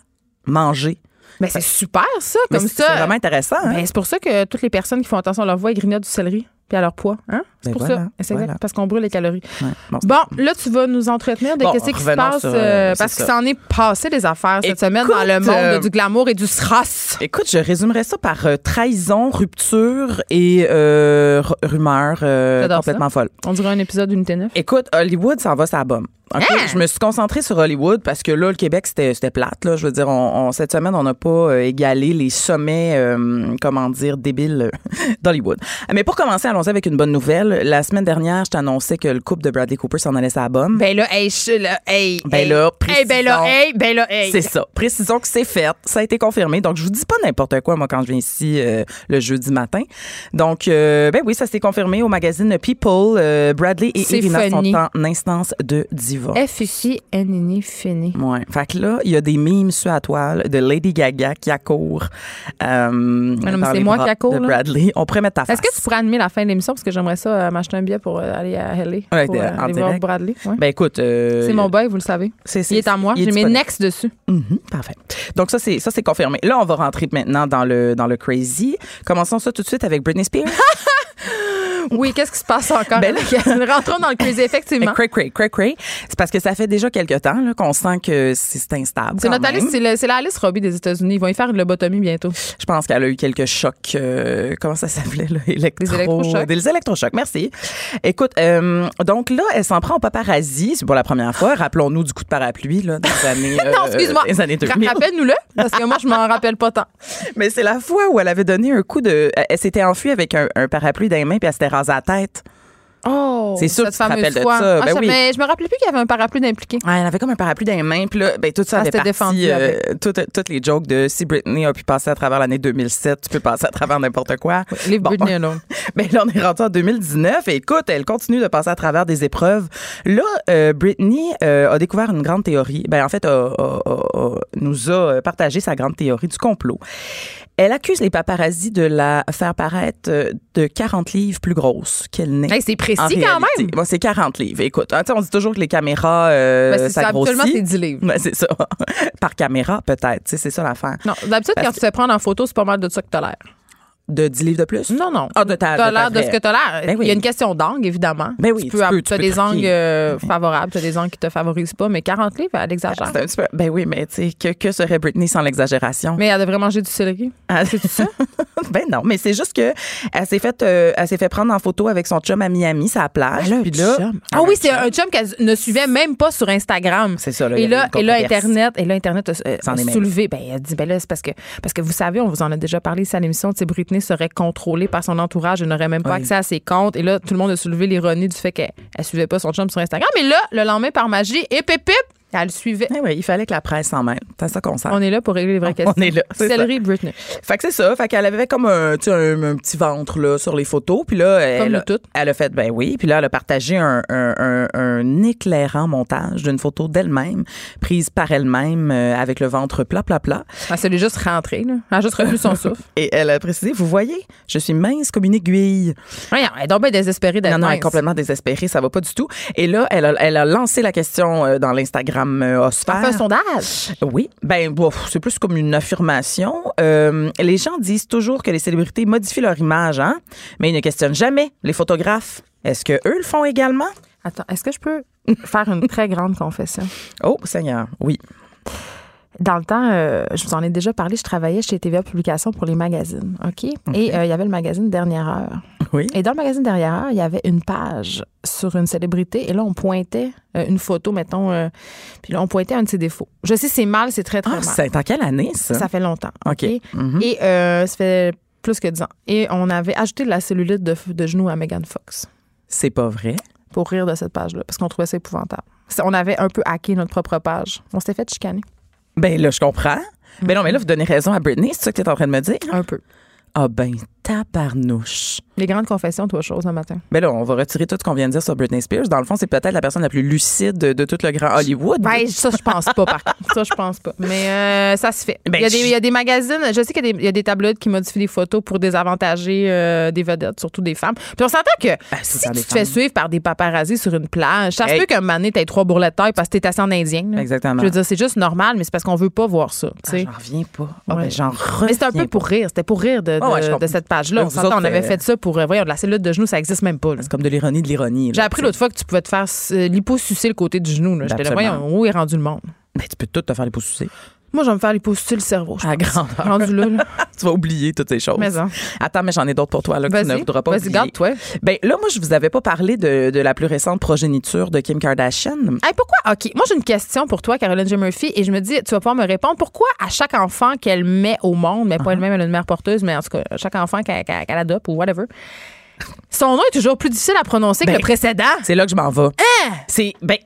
Speaker 6: manger.
Speaker 3: Mais c'est super ça.
Speaker 6: Mais
Speaker 3: Comme
Speaker 6: c'est- C'est
Speaker 3: ça.
Speaker 6: vraiment intéressant. hein?
Speaker 3: Ben, c'est pour ça que toutes les personnes qui font attention à leur voix, elles grignotent du céleri puis à leur poids. Hein? C'est
Speaker 6: Ben
Speaker 3: pour
Speaker 6: voilà,
Speaker 3: ça. C'est exact,
Speaker 6: voilà.
Speaker 3: Parce qu'on brûle les calories.
Speaker 6: Ouais. Bon, c'est-
Speaker 3: Bon, là, tu vas nous entretenir de
Speaker 6: Bon,
Speaker 3: qu'est-ce qui se
Speaker 6: revenons
Speaker 3: passe.
Speaker 6: sur,
Speaker 3: euh,
Speaker 6: euh,
Speaker 3: parce
Speaker 6: c'est
Speaker 3: que
Speaker 6: ça.
Speaker 3: s'en est passé des affaires cette
Speaker 6: Écoute,
Speaker 3: semaine dans le monde
Speaker 6: euh,
Speaker 3: du glamour et du sras.
Speaker 6: Écoute, je résumerais ça par euh, trahison, rupture et euh, ru- rumeur euh,
Speaker 3: J'adore ça.
Speaker 6: complètement folle.
Speaker 3: On dirait un épisode d'une T9.
Speaker 6: Écoute, Hollywood, ça en va, ça bombe. OK?
Speaker 3: Hein?
Speaker 6: Je me suis concentrée sur Hollywood parce que là, le Québec, c'était c'était plate. Là. Je veux dire, on, on- cette semaine, on n'a pas euh, égalé les sommets, euh, comment dire, débiles euh, d'Hollywood. Mais pour commencer, allons-y avec une bonne nouvelle. La semaine dernière, je t'annonçais que le couple de Bradley Cooper s'en allait à bombe.
Speaker 3: Ben là, hey, je- là, hey.
Speaker 6: Ben
Speaker 3: hey.
Speaker 6: là,
Speaker 3: Hey, ben là,
Speaker 6: précisons.
Speaker 3: hey, ben là, hey.
Speaker 6: C'est ça. Précisons que c'est fait. Ça a été confirmé. Donc, je vous dis pas n'importe quoi, moi, quand je viens ici euh, le jeudi matin. Donc, euh, ben oui, ça s'est confirmé au magazine People. Euh, Bradley et
Speaker 3: C'est
Speaker 6: Irina
Speaker 3: funny.
Speaker 6: sont en instance de divorce.
Speaker 3: F ici, N, N, fini.
Speaker 6: Ouais. Fait que là, il y a des mimes sur la toile de Lady Gaga qui accourt. Euh,
Speaker 3: mais
Speaker 6: dans
Speaker 3: c'est
Speaker 6: les
Speaker 3: moi
Speaker 6: bras
Speaker 3: qui accourt,
Speaker 6: de
Speaker 3: là.
Speaker 6: Bradley. On pourrait mettre ta face.
Speaker 3: Est-ce que tu pourrais animer la fin de l'émission? Parce que j'aimerais ça euh, m'acheter un billet pour euh, aller à LA.
Speaker 6: Ouais,
Speaker 3: pour, euh,
Speaker 6: en
Speaker 3: aller
Speaker 6: direct.
Speaker 3: voir Bradley. ouais.
Speaker 6: Ben écoute, euh,
Speaker 3: c'est mon bail, vous le savez.
Speaker 6: c'est- c'est-
Speaker 3: Il est à moi.
Speaker 6: il est
Speaker 3: J'ai mes
Speaker 6: disponible.
Speaker 3: next dessus.
Speaker 6: Mhm, parfait. Donc ça c'est ça c'est confirmé. Là on va rentrer maintenant dans le dans le crazy. Commençons ça tout de suite avec Britney Spears.
Speaker 3: Oui, qu'est-ce qui se passe encore?
Speaker 6: Ben là-
Speaker 3: Rentrons dans le quiz, effectivement.
Speaker 6: Cray, cray, cray, cray. C'est parce que ça fait déjà quelques temps là, qu'on sent que c'est c'est instable.
Speaker 3: C'est
Speaker 6: quand
Speaker 3: notre
Speaker 6: même.
Speaker 3: Alice, c'est le- c'est la Alice Robbie des États-Unis. Ils vont y faire une lobotomie bientôt.
Speaker 6: Je pense qu'elle a eu quelques chocs. euh, comment ça s'appelait, là? Électro-
Speaker 3: Des électrochocs.
Speaker 6: Des électrochocs, merci. Écoute, euh, donc là, elle s'en prend au paparazzi. C'est pour la première fois. Rappelons-nous du coup de parapluie, là, dans les années, euh,
Speaker 3: Non, excuse-moi.
Speaker 6: les années 2000.
Speaker 3: Ra- Rappelle-nous-le, parce que moi, je m'en rappelle pas tant.
Speaker 6: Mais c'est la fois où elle avait donné un coup de. Elle, elle s'était enfuie avec un, un parapluie dans les mains puis elle s'était rasée la tête.
Speaker 3: Oh,
Speaker 6: C'est sûr que
Speaker 3: cette
Speaker 6: tu te rappelles
Speaker 3: fameuse
Speaker 6: de
Speaker 3: fois.
Speaker 6: ça,
Speaker 3: Ah,
Speaker 6: ben
Speaker 3: je-
Speaker 6: oui.
Speaker 3: Mais je me rappelais plus qu'il y avait un parapluie d'impliqué.
Speaker 6: Ouais, elle avait comme un parapluie dans les mains, puis là, ben, tout ça
Speaker 3: Ah,
Speaker 6: avait
Speaker 3: c'était
Speaker 6: parti,
Speaker 3: défendu,
Speaker 6: euh, tout- toutes les jokes de si Britney a pu passer à travers l'année 2007, tu peux passer à travers n'importe quoi.
Speaker 3: Leave
Speaker 6: Bon.
Speaker 3: Britney alone.
Speaker 6: Ben là, on est rendu en 2019 et écoute, elle continue de passer à travers des épreuves. Là, euh, Britney euh, a découvert une grande théorie. Ben en fait, a- a- a- a- nous a euh, partagé sa grande théorie du complot. Elle accuse les paparazzis de la faire paraître euh, de 40 livres plus grosse qu'elle n'est.
Speaker 3: Hey, Ben, c'est précis quand
Speaker 6: en réalité.
Speaker 3: même.
Speaker 6: Bon, c'est 40 livres. Écoute, hein, tu sais, on dit toujours que les caméras, euh,
Speaker 3: Ben, c'est
Speaker 6: ça,
Speaker 3: ça,
Speaker 6: grossit.
Speaker 3: habituellement, c'est 10 livres.
Speaker 6: Ben, c'est ça. Par caméra, peut-être. Tu sais, C'est ça l'affaire.
Speaker 3: Non, d'habitude,
Speaker 6: Parce
Speaker 3: quand tu te fais prendre en photo, c'est pas mal de ça que t'as l'air.
Speaker 6: De 10 livres de plus?
Speaker 3: Non, non.
Speaker 6: Ah, de ta-
Speaker 3: T'as
Speaker 6: de ta
Speaker 3: l'air de
Speaker 6: vraie.
Speaker 3: ce que t'as l'air.
Speaker 6: Ben oui.
Speaker 3: Il y a une question d'angle, évidemment.
Speaker 6: Ben oui, tu peux- tu
Speaker 3: t'as
Speaker 6: peux
Speaker 3: des
Speaker 6: truquer.
Speaker 3: angles euh, favorables, t'as des angles qui te favorisent pas, mais 40 livres, elle exagère.
Speaker 6: C'est un petit peu- Ben oui, mais tu sais, que, que serait Britney sans l'exagération?
Speaker 3: Mais elle devrait manger du céleri.
Speaker 6: Ah, ben non, mais c'est juste que elle s'est fait, euh, elle s'est fait prendre en photo avec son chum à Miami, sa plage. puis là,
Speaker 3: Ah oui, c'est un chum qu'elle ne suivait même pas sur Instagram.
Speaker 6: C'est ça, là, il y
Speaker 3: Et
Speaker 6: avait
Speaker 3: là,
Speaker 6: une
Speaker 3: et là,
Speaker 6: controverse.
Speaker 3: Internet, et là, Internet a, a-
Speaker 6: S'en
Speaker 3: a
Speaker 6: est mêlé.
Speaker 3: soulevé. Ben, elle dit, ben là, c'est parce que, parce que vous savez, on vous en a déjà parlé ici à l'émission, tu sais, Britney serait contrôlée par son entourage et n'aurait même pas
Speaker 6: Oui.
Speaker 3: accès à ses comptes. Et là, tout le monde a soulevé l'ironie du fait qu'elle ne suivait pas son chum sur Instagram. Mais là, le lendemain, par magie, et pépip, elle le suivait.
Speaker 6: eh oui, il fallait que la presse s'en mêle. C'est à ça qu'on sert.
Speaker 3: On est là pour régler les vraies questions.
Speaker 6: est là, c'est ça.
Speaker 3: Céleri Britney.
Speaker 6: Fait que c'est ça. Fait qu'elle avait comme un, tu sais, un, un petit ventre là, sur les photos. Puis là, elle,
Speaker 3: Comme nous
Speaker 6: a-
Speaker 3: toutes.
Speaker 6: elle a fait, ben oui. Puis là, elle a partagé un, un- un- un éclairant montage d'une photo d'elle-même, prise par elle-même euh, avec le ventre plat, plat, plat.
Speaker 3: Elle s'est juste rentrée, là. Elle a juste retenu son souffle.
Speaker 6: Et elle a précisé, vous voyez, je suis mince comme une aiguille.
Speaker 3: Voyons, elle est donc bien désespérée d'être
Speaker 6: Non, non, elle est
Speaker 3: mince.
Speaker 6: complètement désespérée, ça va pas du tout. Et là, elle a, elle a lancé la question euh, dans l'Instagram euh, Osphère.
Speaker 3: Elle fait un sondage.
Speaker 6: Oui, ben bof, c'est plus comme une affirmation. Euh, les gens disent toujours que les célébrités modifient leur image, hein, mais ils ne questionnent jamais les photographes. Est-ce que eux le font également
Speaker 3: Attends, est-ce que je peux faire une très grande confession?
Speaker 6: Oh Seigneur, oui.
Speaker 3: dans le temps, euh, je vous en ai déjà parlé, je travaillais chez TVA Publications pour les magazines, OK? Et euh, il y avait le magazine Dernière Heure.
Speaker 6: Oui.
Speaker 3: Et dans le magazine Dernière Heure, il y avait une page sur une célébrité. Et là, on pointait euh, une photo, mettons, euh, puis là, on pointait un de ses défauts. Je sais, c'est mal, c'est très, très
Speaker 6: Ah,
Speaker 3: mal.
Speaker 6: c'est en quelle année ça,
Speaker 3: Ça fait longtemps. OK.
Speaker 6: OK. Mm-hmm.
Speaker 3: Et euh, ça fait plus que 10 ans. Et on avait ajouté de la cellulite de, de genou à Megan Fox
Speaker 6: C'est pas vrai.
Speaker 3: pour rire de cette page-là, parce qu'on trouvait ça épouvantable. C'est- On avait un peu hacké notre propre page. On s'était fait chicaner.
Speaker 6: Ben là, je comprends. Ben non, mais là, vous donnez raison à Britney, c'est ça que tu es en train de me dire?
Speaker 3: Un peu.
Speaker 6: Ah ben, tabarnouche.
Speaker 3: Les grandes confessions, toi, chose, un matin.
Speaker 6: Mais Ben là, on va retirer tout ce qu'on vient de dire sur Britney Spears. Dans le fond, c'est peut-être la personne la plus lucide de, de tout le grand Hollywood.
Speaker 3: Ben, ça, je pense pas, par contre. Ça, je pense pas. Mais euh, ça se fait.
Speaker 6: Ben,
Speaker 3: il, y a des,
Speaker 6: je-
Speaker 3: il y a des magazines, je sais qu'il y a des- il y a des tablettes qui modifient les photos pour désavantager euh, des vedettes, surtout des femmes. Puis on s'entend
Speaker 6: Ben,
Speaker 3: que si
Speaker 6: par
Speaker 3: tu
Speaker 6: des
Speaker 3: te fais
Speaker 6: femmes.
Speaker 3: suivre par des paparazzis sur une plage, ça se
Speaker 6: Hey.
Speaker 3: peut qu'un moment donné, t'aies trois bourrelets de taille parce que t'es assis en indien. là.
Speaker 6: Exactement.
Speaker 3: Je veux dire, c'est juste normal, mais c'est parce qu'on veut pas voir ça. tu
Speaker 6: Ah,
Speaker 3: sais.
Speaker 6: j'en reviens pas. Ah, ben,
Speaker 3: Ouais.
Speaker 6: j'en
Speaker 3: mais c'était un
Speaker 6: reviens
Speaker 3: peu pour rire. C'était pour rire de, de-
Speaker 6: Ah ouais, je comprends.
Speaker 3: de cette page-là. On
Speaker 6: Vous
Speaker 3: s'entend,
Speaker 6: autres,
Speaker 3: on avait
Speaker 6: euh,
Speaker 3: fait ça pour. euh, voyons, de la cellule de genou, ça existe même pas. là.
Speaker 6: C'est comme de l'ironie de l'ironie. là,
Speaker 3: J'ai appris
Speaker 6: tu sais.
Speaker 3: l'autre fois que tu pouvais te faire euh, liposucer le côté du genou. là. J'étais là,
Speaker 6: Absolument.
Speaker 3: voyons, où est rendu le monde?
Speaker 6: Ben, tu peux tout te faire les pouces sucés.
Speaker 3: Moi, je vais me faire liposucer le cerveau. je
Speaker 6: À
Speaker 3: pense.
Speaker 6: grandeur.
Speaker 3: Rendu là, là.
Speaker 6: Tu vas oublier toutes ces choses.
Speaker 3: Mais en.
Speaker 6: Attends, mais j'en ai d'autres pour toi là, que tu ne
Speaker 3: Vas-y,
Speaker 6: voudras pas
Speaker 3: vas-y,
Speaker 6: oublier.
Speaker 3: garde-toi.
Speaker 6: Ben, là, moi, je vous avais pas parlé de, de la plus récente progéniture de Kim Kardashian.
Speaker 3: Hey, pourquoi? OK. Moi, j'ai une question pour toi, Caroline J. Murphy, et je me dis, tu vas pouvoir me répondre. Pourquoi à chaque enfant qu'elle met au monde,
Speaker 6: Uh-huh.
Speaker 3: mais pas elle-même, elle a une mère porteuse, mais en tout cas, à chaque enfant qu'elle qu'elle- qu'elle adopte ou whatever, son nom est toujours plus difficile à prononcer que
Speaker 6: Ben,
Speaker 3: le précédent?
Speaker 6: C'est là que je m'en vais.
Speaker 3: Hein?
Speaker 6: C'est, ben,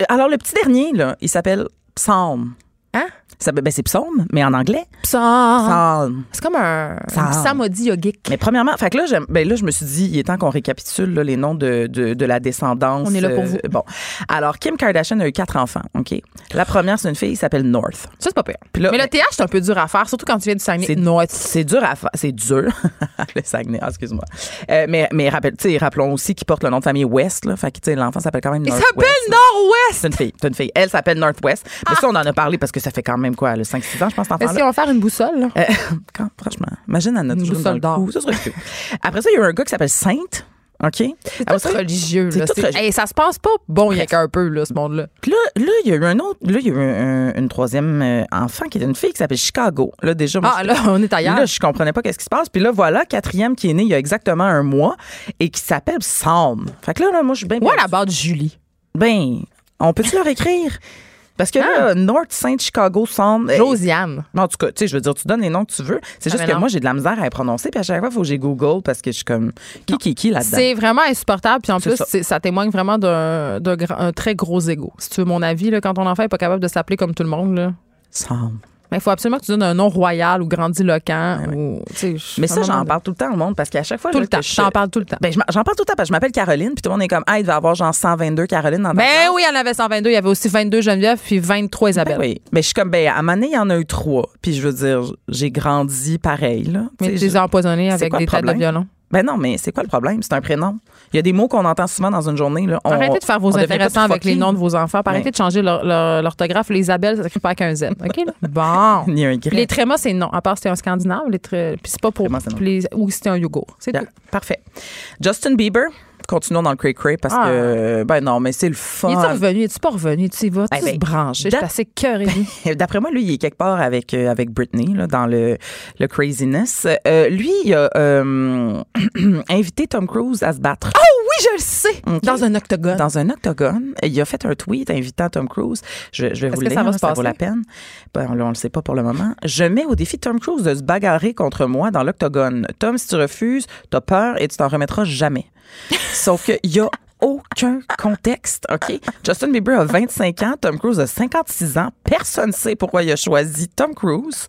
Speaker 6: euh, alors, le petit dernier, là, il s'appelle Psalm.
Speaker 3: Hein? Ah.
Speaker 6: Ça, ben, c'est Psalm, mais en anglais.
Speaker 3: Psa-
Speaker 6: Psalm.
Speaker 3: C'est comme un,
Speaker 6: Ça-
Speaker 3: un samedi yogique.
Speaker 6: Mais premièrement, fait que là, j'aime- ben là, je me suis dit, il est temps qu'on récapitule là, les noms de, de, de la descendance. euh,
Speaker 3: On est là pour vous.
Speaker 6: bon. Alors, Kim Kardashian a eu quatre enfants, OK? La première, c'est une fille, qui s'appelle North.
Speaker 3: Ça, c'est pas pire.
Speaker 6: Puis là-
Speaker 3: mais le TH, c'est un peu dur à faire, surtout quand tu viens du Saguenay.
Speaker 6: C'est-
Speaker 3: Non,
Speaker 6: C'est dur à faire. C'est dur. le Saguenay, ah, excuse-moi. Euh, mais mais rappelle, tu sais, rappelons aussi qu'il porte le nom de famille West. Là, fait que tu sais, l'enfant s'appelle quand même
Speaker 3: il
Speaker 6: Northwest.
Speaker 3: s'appelle Ah! Nord-Ouest!
Speaker 6: C'est une fille. C'est une fille. Elle s'appelle Northwest. Mais ça, on en a parlé parce que ça fait quand même quoi, le 5-6 ans, je pense, cet
Speaker 3: Est-ce
Speaker 6: enfant-là.
Speaker 3: qu'on va faire une boussole? là?
Speaker 6: Euh, quand, franchement, imagine à notre
Speaker 3: Une
Speaker 6: genou dans
Speaker 3: boussole
Speaker 6: le
Speaker 3: d'or.
Speaker 6: cou, ça serait cool. Après ça, il y a eu un gars qui s'appelle Sainte. OK?
Speaker 3: C'est
Speaker 6: Après
Speaker 3: tout
Speaker 6: ça,
Speaker 3: religieux.
Speaker 6: Ah, c'est
Speaker 3: Là.
Speaker 6: tout
Speaker 3: C'est-
Speaker 6: religieux.
Speaker 3: Hey, ça se passe pas bon, il y a qu'un peu, là, ce monde-là.
Speaker 6: Puis là, là, il y a eu un autre. Là, il y a eu un- un- une troisième euh, enfant qui est une fille qui s'appelle Chicago. Là, déjà, moi,
Speaker 3: Ah,
Speaker 6: je-
Speaker 3: là, on est ailleurs.
Speaker 6: Là, je comprenais pas qu'est-ce qui se passe. Puis là, voilà, quatrième qui est née il y a exactement un mois et qui s'appelle Sam. Fait que là, là moi, je suis bien.
Speaker 3: What about Julie?
Speaker 6: Ben, on peut-tu leur écrire? Parce que
Speaker 3: Ah.
Speaker 6: là, North Saint Chicago Sound. eh,
Speaker 3: Josiane.
Speaker 6: mais en tout cas, tu sais, je veux dire, tu donnes les noms que tu veux. C'est juste
Speaker 3: Ah, mais
Speaker 6: que
Speaker 3: non.
Speaker 6: moi, j'ai de la misère à les prononcer. Puis à chaque fois, il faut que j'ai Google parce que je suis comme qui, qui, qui là-dedans.
Speaker 3: C'est vraiment insupportable. Puis en
Speaker 6: C'est
Speaker 3: plus,
Speaker 6: ça.
Speaker 3: c'est- ça. témoigne vraiment d'un d'un gra- un très gros ego. Si tu veux mon avis, là, quand ton enfant n'est pas capable de s'appeler comme tout le monde, là,
Speaker 6: Sound.
Speaker 3: Mais il faut absolument que tu donnes un nom royal ou grandiloquent. ou, tu sais, je-
Speaker 6: Mais ça,
Speaker 3: vraiment,
Speaker 6: j'en parle tout le temps au monde parce qu'à chaque fois.
Speaker 3: Tout
Speaker 6: là,
Speaker 3: le temps.
Speaker 6: que je-
Speaker 3: J'en parle tout le temps.
Speaker 6: Ben, je m'en- j'en parle tout le temps parce que je m'appelle Caroline. Puis tout le monde est comme, ah, il devait avoir genre 122 Caroline dans ta
Speaker 3: Ben
Speaker 6: classe.
Speaker 3: oui, il y en avait 122. Il y avait aussi 22 Geneviève puis 23 Isabelle.
Speaker 6: Ben oui. Mais je suis comme, ben, à un moment donné, il y en a eu trois. Puis je veux dire, j'ai grandi pareil, là.
Speaker 3: Mais tu
Speaker 6: Tu sais,
Speaker 3: les as empoisonnés
Speaker 6: c'est
Speaker 3: avec
Speaker 6: quoi
Speaker 3: des
Speaker 6: le
Speaker 3: têtes de
Speaker 6: problème?
Speaker 3: violon.
Speaker 6: Ben non, mais c'est quoi le problème? C'est un prénom. Il y a des mots qu'on entend souvent dans une journée. Là. On-
Speaker 3: Arrêtez de faire vos
Speaker 6: on devient pas
Speaker 3: intéressants
Speaker 6: tout
Speaker 3: avec les
Speaker 6: fucky.
Speaker 3: noms de vos enfants. puis Arrêtez
Speaker 6: Ouais.
Speaker 3: de changer leur- leur- l'orthographe. Les Isabelles, ça s'écrit pas avec un Z. OK? là? Bon.
Speaker 6: Ni un grec.
Speaker 3: Les trémas, c'est non. À part si c'est un Scandinave, les tré- puis c'est pas pour.
Speaker 6: Trémas, c'est non.
Speaker 3: puis les- Ou si c'est un yogourt. C'est
Speaker 6: Yeah.
Speaker 3: tout.
Speaker 6: Parfait. Justin Bieber, continuons dans le cray-cray parce
Speaker 3: Ah.
Speaker 6: que, ben non, mais c'est le fun.
Speaker 3: Il est revenu? Il est pas revenu? Tu y vas? Tu
Speaker 6: Eh ben,
Speaker 3: se branches? Je suis
Speaker 6: dat-
Speaker 3: assez cœurée.
Speaker 6: D'après moi, lui, il est quelque part avec, euh, avec Britney là, dans le, le craziness. Euh, lui, il a euh, invité Tom Cruise à se battre.
Speaker 3: oui, je le sais! Dans un octogone.
Speaker 6: Dans un octogone, il a fait un tweet invitant Tom Cruise. Je, je vais vous
Speaker 3: que
Speaker 6: le
Speaker 3: ça
Speaker 6: lire,
Speaker 3: va
Speaker 6: hein,
Speaker 3: se
Speaker 6: ça vaut la
Speaker 3: passer?
Speaker 6: peine. Ben, on, on le sait pas pour le moment. Je mets au défi Tom Cruise de se bagarrer contre moi dans l'octogone. Tom, si tu refuses, t'as peur et tu t'en remettras jamais. Sauf qu'il y a aucun contexte, OK? Justin Bieber a 25 ans, Tom Cruise a 56 ans. Personne sait pourquoi il a choisi Tom Cruise.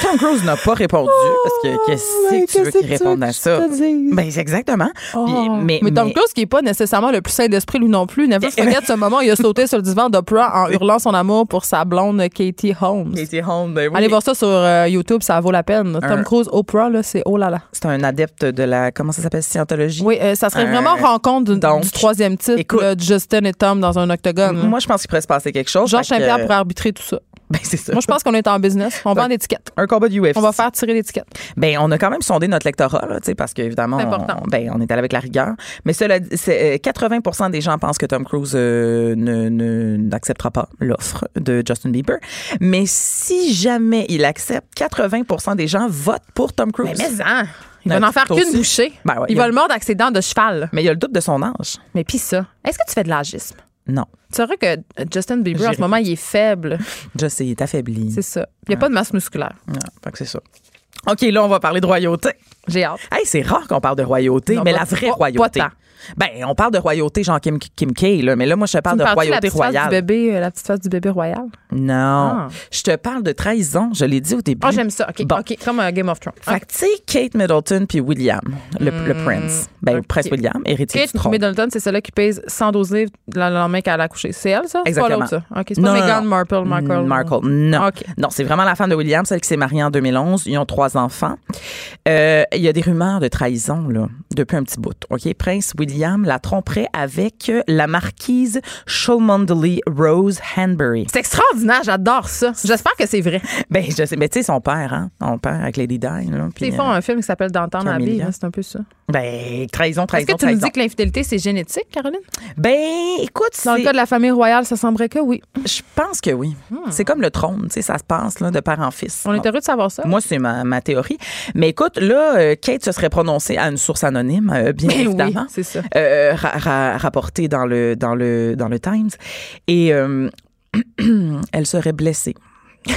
Speaker 6: Tom Cruise n'a pas répondu parce que qu'est-ce
Speaker 3: ben,
Speaker 6: que tu veux
Speaker 3: qu'est-ce
Speaker 6: qu'il
Speaker 3: que tu
Speaker 6: réponde
Speaker 3: veux
Speaker 6: à
Speaker 3: que je
Speaker 6: ça?
Speaker 3: te dise?
Speaker 6: Ben, exactement. Puis-
Speaker 3: Oh. mais, Tom Cruise, qui n'est pas nécessairement le plus sain d'esprit, lui non plus, never forget ce moment où il a sauté sur le divan d'Oprah en hurlant son amour pour sa blonde Katie Holmes.
Speaker 6: Katie Holmes, ben oui.
Speaker 3: Allez voir ça sur euh, YouTube, ça vaut la peine. Tom Cruise, Oprah, là, c'est oh là là.
Speaker 6: C'est un adepte de la. Comment ça s'appelle? Scientologie.
Speaker 3: Oui, euh, ça serait
Speaker 6: Euh,
Speaker 3: vraiment rencontre du,
Speaker 6: donc,
Speaker 3: du troisième titre,
Speaker 6: écoute.
Speaker 3: là, de Justin et Tom dans un octogone. là.
Speaker 6: Moi, je pense qu'il pourrait se passer quelque chose.
Speaker 3: Georges
Speaker 6: Fait que,
Speaker 3: Saint-Pierre
Speaker 6: euh,
Speaker 3: pourrait arbitrer tout ça.
Speaker 6: Ben, c'est ça.
Speaker 3: Moi, je pense qu'on est en business. On vend des tickets.
Speaker 6: un combat de UFC.
Speaker 3: On va faire tirer des tickets.
Speaker 6: Ben, on a quand même sondé notre lectorat, là, tu sais, parce qu'évidemment,
Speaker 3: C'est important.
Speaker 6: on, ben, on est allé avec la rigueur. Mais cela dit, c'est, euh, 80 des gens pensent que Tom Cruise euh, ne- ne- n'acceptera pas l'offre de Justin Bieber. Mais si jamais il accepte, 80 des gens votent pour Tom Cruise. Mais,
Speaker 3: hein, il va
Speaker 6: Ben,
Speaker 3: n'en faire
Speaker 6: toi
Speaker 3: qu'une
Speaker 6: aussi.
Speaker 3: bouchée.
Speaker 6: Ben ouais,
Speaker 3: il
Speaker 6: il
Speaker 3: va
Speaker 6: a-
Speaker 3: le mordre avec ses dents de cheval.
Speaker 6: il y a le doute de son âge.
Speaker 3: Mais pis ça, est-ce que tu fais de l'agisme?
Speaker 6: Non.
Speaker 3: Tu saurais que euh, Justin Bieber, en
Speaker 6: J'ai
Speaker 3: ce moment, il est faible.
Speaker 6: Je sais, il est affaibli.
Speaker 3: C'est ça. Il n'y a pas de masse musculaire.
Speaker 6: Ouais, fait que c'est ça. OK, là, on va parler de royauté.
Speaker 3: J'ai hâte.
Speaker 6: Hey, c'est rare qu'on parle de royauté,
Speaker 3: Non,
Speaker 6: mais
Speaker 3: pas-
Speaker 6: la vraie
Speaker 3: pas-
Speaker 6: royauté.
Speaker 3: pas tant.
Speaker 6: ben, on parle de royauté genre Kim, Kim K, là, mais là, moi, je te
Speaker 3: Tu
Speaker 6: parle
Speaker 3: me
Speaker 6: de
Speaker 3: parles-tu de la
Speaker 6: royauté
Speaker 3: petite face du
Speaker 6: royale.
Speaker 3: bébé, euh, la petite face du bébé royal.
Speaker 6: Non.
Speaker 3: Ah.
Speaker 6: Je te parle de trahison, je l'ai dit au début.
Speaker 3: Ah, j'aime ça. OK.
Speaker 6: Bon.
Speaker 3: OK. Comme euh, Game of Thrones.
Speaker 6: Fait que, tu sais, Kate Middleton puis William, le, le prince. Ben, le
Speaker 3: Hmm. ok.
Speaker 6: prince William, héritier
Speaker 3: Kate
Speaker 6: du trône.
Speaker 3: Middleton, c'est celle-là qui pèse 112 livres le lendemain qu'elle a accouché. C'est elle, ça? C'est pas
Speaker 6: Exactement.
Speaker 3: l'autre, ça. OK. C'est pas
Speaker 6: Non, non,
Speaker 3: Meghan
Speaker 6: non.
Speaker 3: Markle. Markle.
Speaker 6: Markle, non.
Speaker 3: OK.
Speaker 6: Non, c'est vraiment la femme de William, celle qui s'est mariée en 2011. Ils ont trois enfants. Euh, Il y a des rumeurs de trahison, là, depuis un petit bout. OK? Prince William la tromperait avec euh, la marquise Cholmondeley Rose Hanbury.
Speaker 3: C'est extraordinaire. J'adore ça. J'espère que c'est vrai.
Speaker 6: Ben, je sais, mais tu sais, son père, hein? Son père avec Lady Di, là. puis,
Speaker 3: Ils font
Speaker 6: euh,
Speaker 3: un film qui s'appelle D'entendre la vie.
Speaker 6: Camélia.
Speaker 3: là, C'est un peu ça.
Speaker 6: ben, trahison,
Speaker 3: Est-ce
Speaker 6: trahison,
Speaker 3: que tu nous
Speaker 6: trahison.
Speaker 3: dis que l'infidélité, c'est génétique, Caroline?
Speaker 6: Ben, écoute,
Speaker 3: Dans le
Speaker 6: c'est-
Speaker 3: cas de la famille royale, ça semblerait que oui.
Speaker 6: je pense que oui. C'est comme le trône, tu sais, ça se passe, là, de père en fils.
Speaker 3: On est heureux de savoir ça.
Speaker 6: Moi, c'est ma, ma théorie. Mais écoute, là, euh, Kate se serait prononcée à une source anonyme, euh, bien
Speaker 3: Ben oui,
Speaker 6: évidemment.
Speaker 3: c'est ça.
Speaker 6: Euh, ra- ra- rapportée dans le, dans, le, dans le Times. Et euh, elle serait blessée.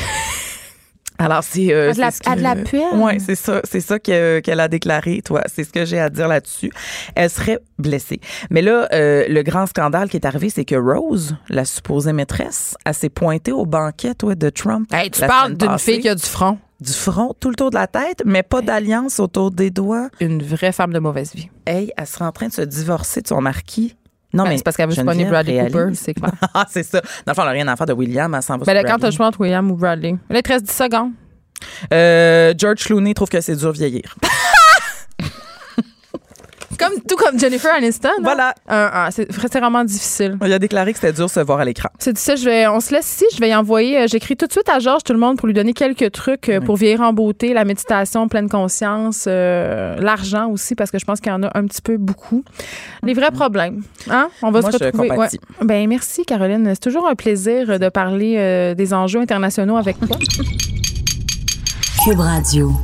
Speaker 6: Alors, c'est. euh,
Speaker 3: À de la-
Speaker 6: c'est ce que-
Speaker 3: à de la puelle.
Speaker 6: Ouais, c'est ça, c'est ça que- qu'elle a déclaré, toi. C'est ce que j'ai à dire là-dessus. Elle serait blessée. Mais là, euh, le grand scandale qui est arrivé, c'est que Rose, la supposée maîtresse, elle s'est pointée au banquet, toi, de Trump.
Speaker 3: Hey, tu
Speaker 6: la
Speaker 3: parles
Speaker 6: semaine
Speaker 3: d'une
Speaker 6: passée
Speaker 3: fille qui a du front.
Speaker 6: du front tout le tour de la tête, mais pas d'alliance autour des doigts.
Speaker 3: Une vraie femme de mauvaise vie.
Speaker 6: Hey, elle serait en train de se divorcer de son marquis. Non,
Speaker 3: Ben, c'est parce qu'elle veut se
Speaker 6: Geneviève
Speaker 3: pogner Bradley
Speaker 6: réalise.
Speaker 3: Cooper, c'est clair.
Speaker 6: ah, c'est ça. Dans le fond, elle n'a rien à faire de William, elle s'en va
Speaker 3: Mais
Speaker 6: sur
Speaker 3: là, quand t'as
Speaker 6: Bradley.
Speaker 3: Ben, le choix entre William ou Bradley? Là, il te reste 10 secondes.
Speaker 6: Euh, George Clooney trouve que c'est dur vieillir.
Speaker 3: Comme, tout comme Jennifer Aniston. hein?
Speaker 6: Voilà.
Speaker 3: Un- un- c'est c'est vraiment difficile.
Speaker 6: Il a déclaré que c'était dur de se voir à l'écran.
Speaker 3: C'est difficile. Je vais, on se laisse ici. Je vais y envoyer. euh, J'écris tout de suite à Georges, tout le monde, pour lui donner quelques trucs euh, pour vieillir en beauté, la méditation, pleine conscience, euh, l'argent aussi, parce que je pense qu'il y en a un petit peu beaucoup. Les vrais problèmes. Hein? On va
Speaker 6: Moi,
Speaker 3: se
Speaker 6: je
Speaker 3: retrouver.
Speaker 6: compatis.
Speaker 3: Ben, merci, Caroline. C'est toujours un plaisir de parler euh, des enjeux internationaux avec toi.
Speaker 7: Cube Radio.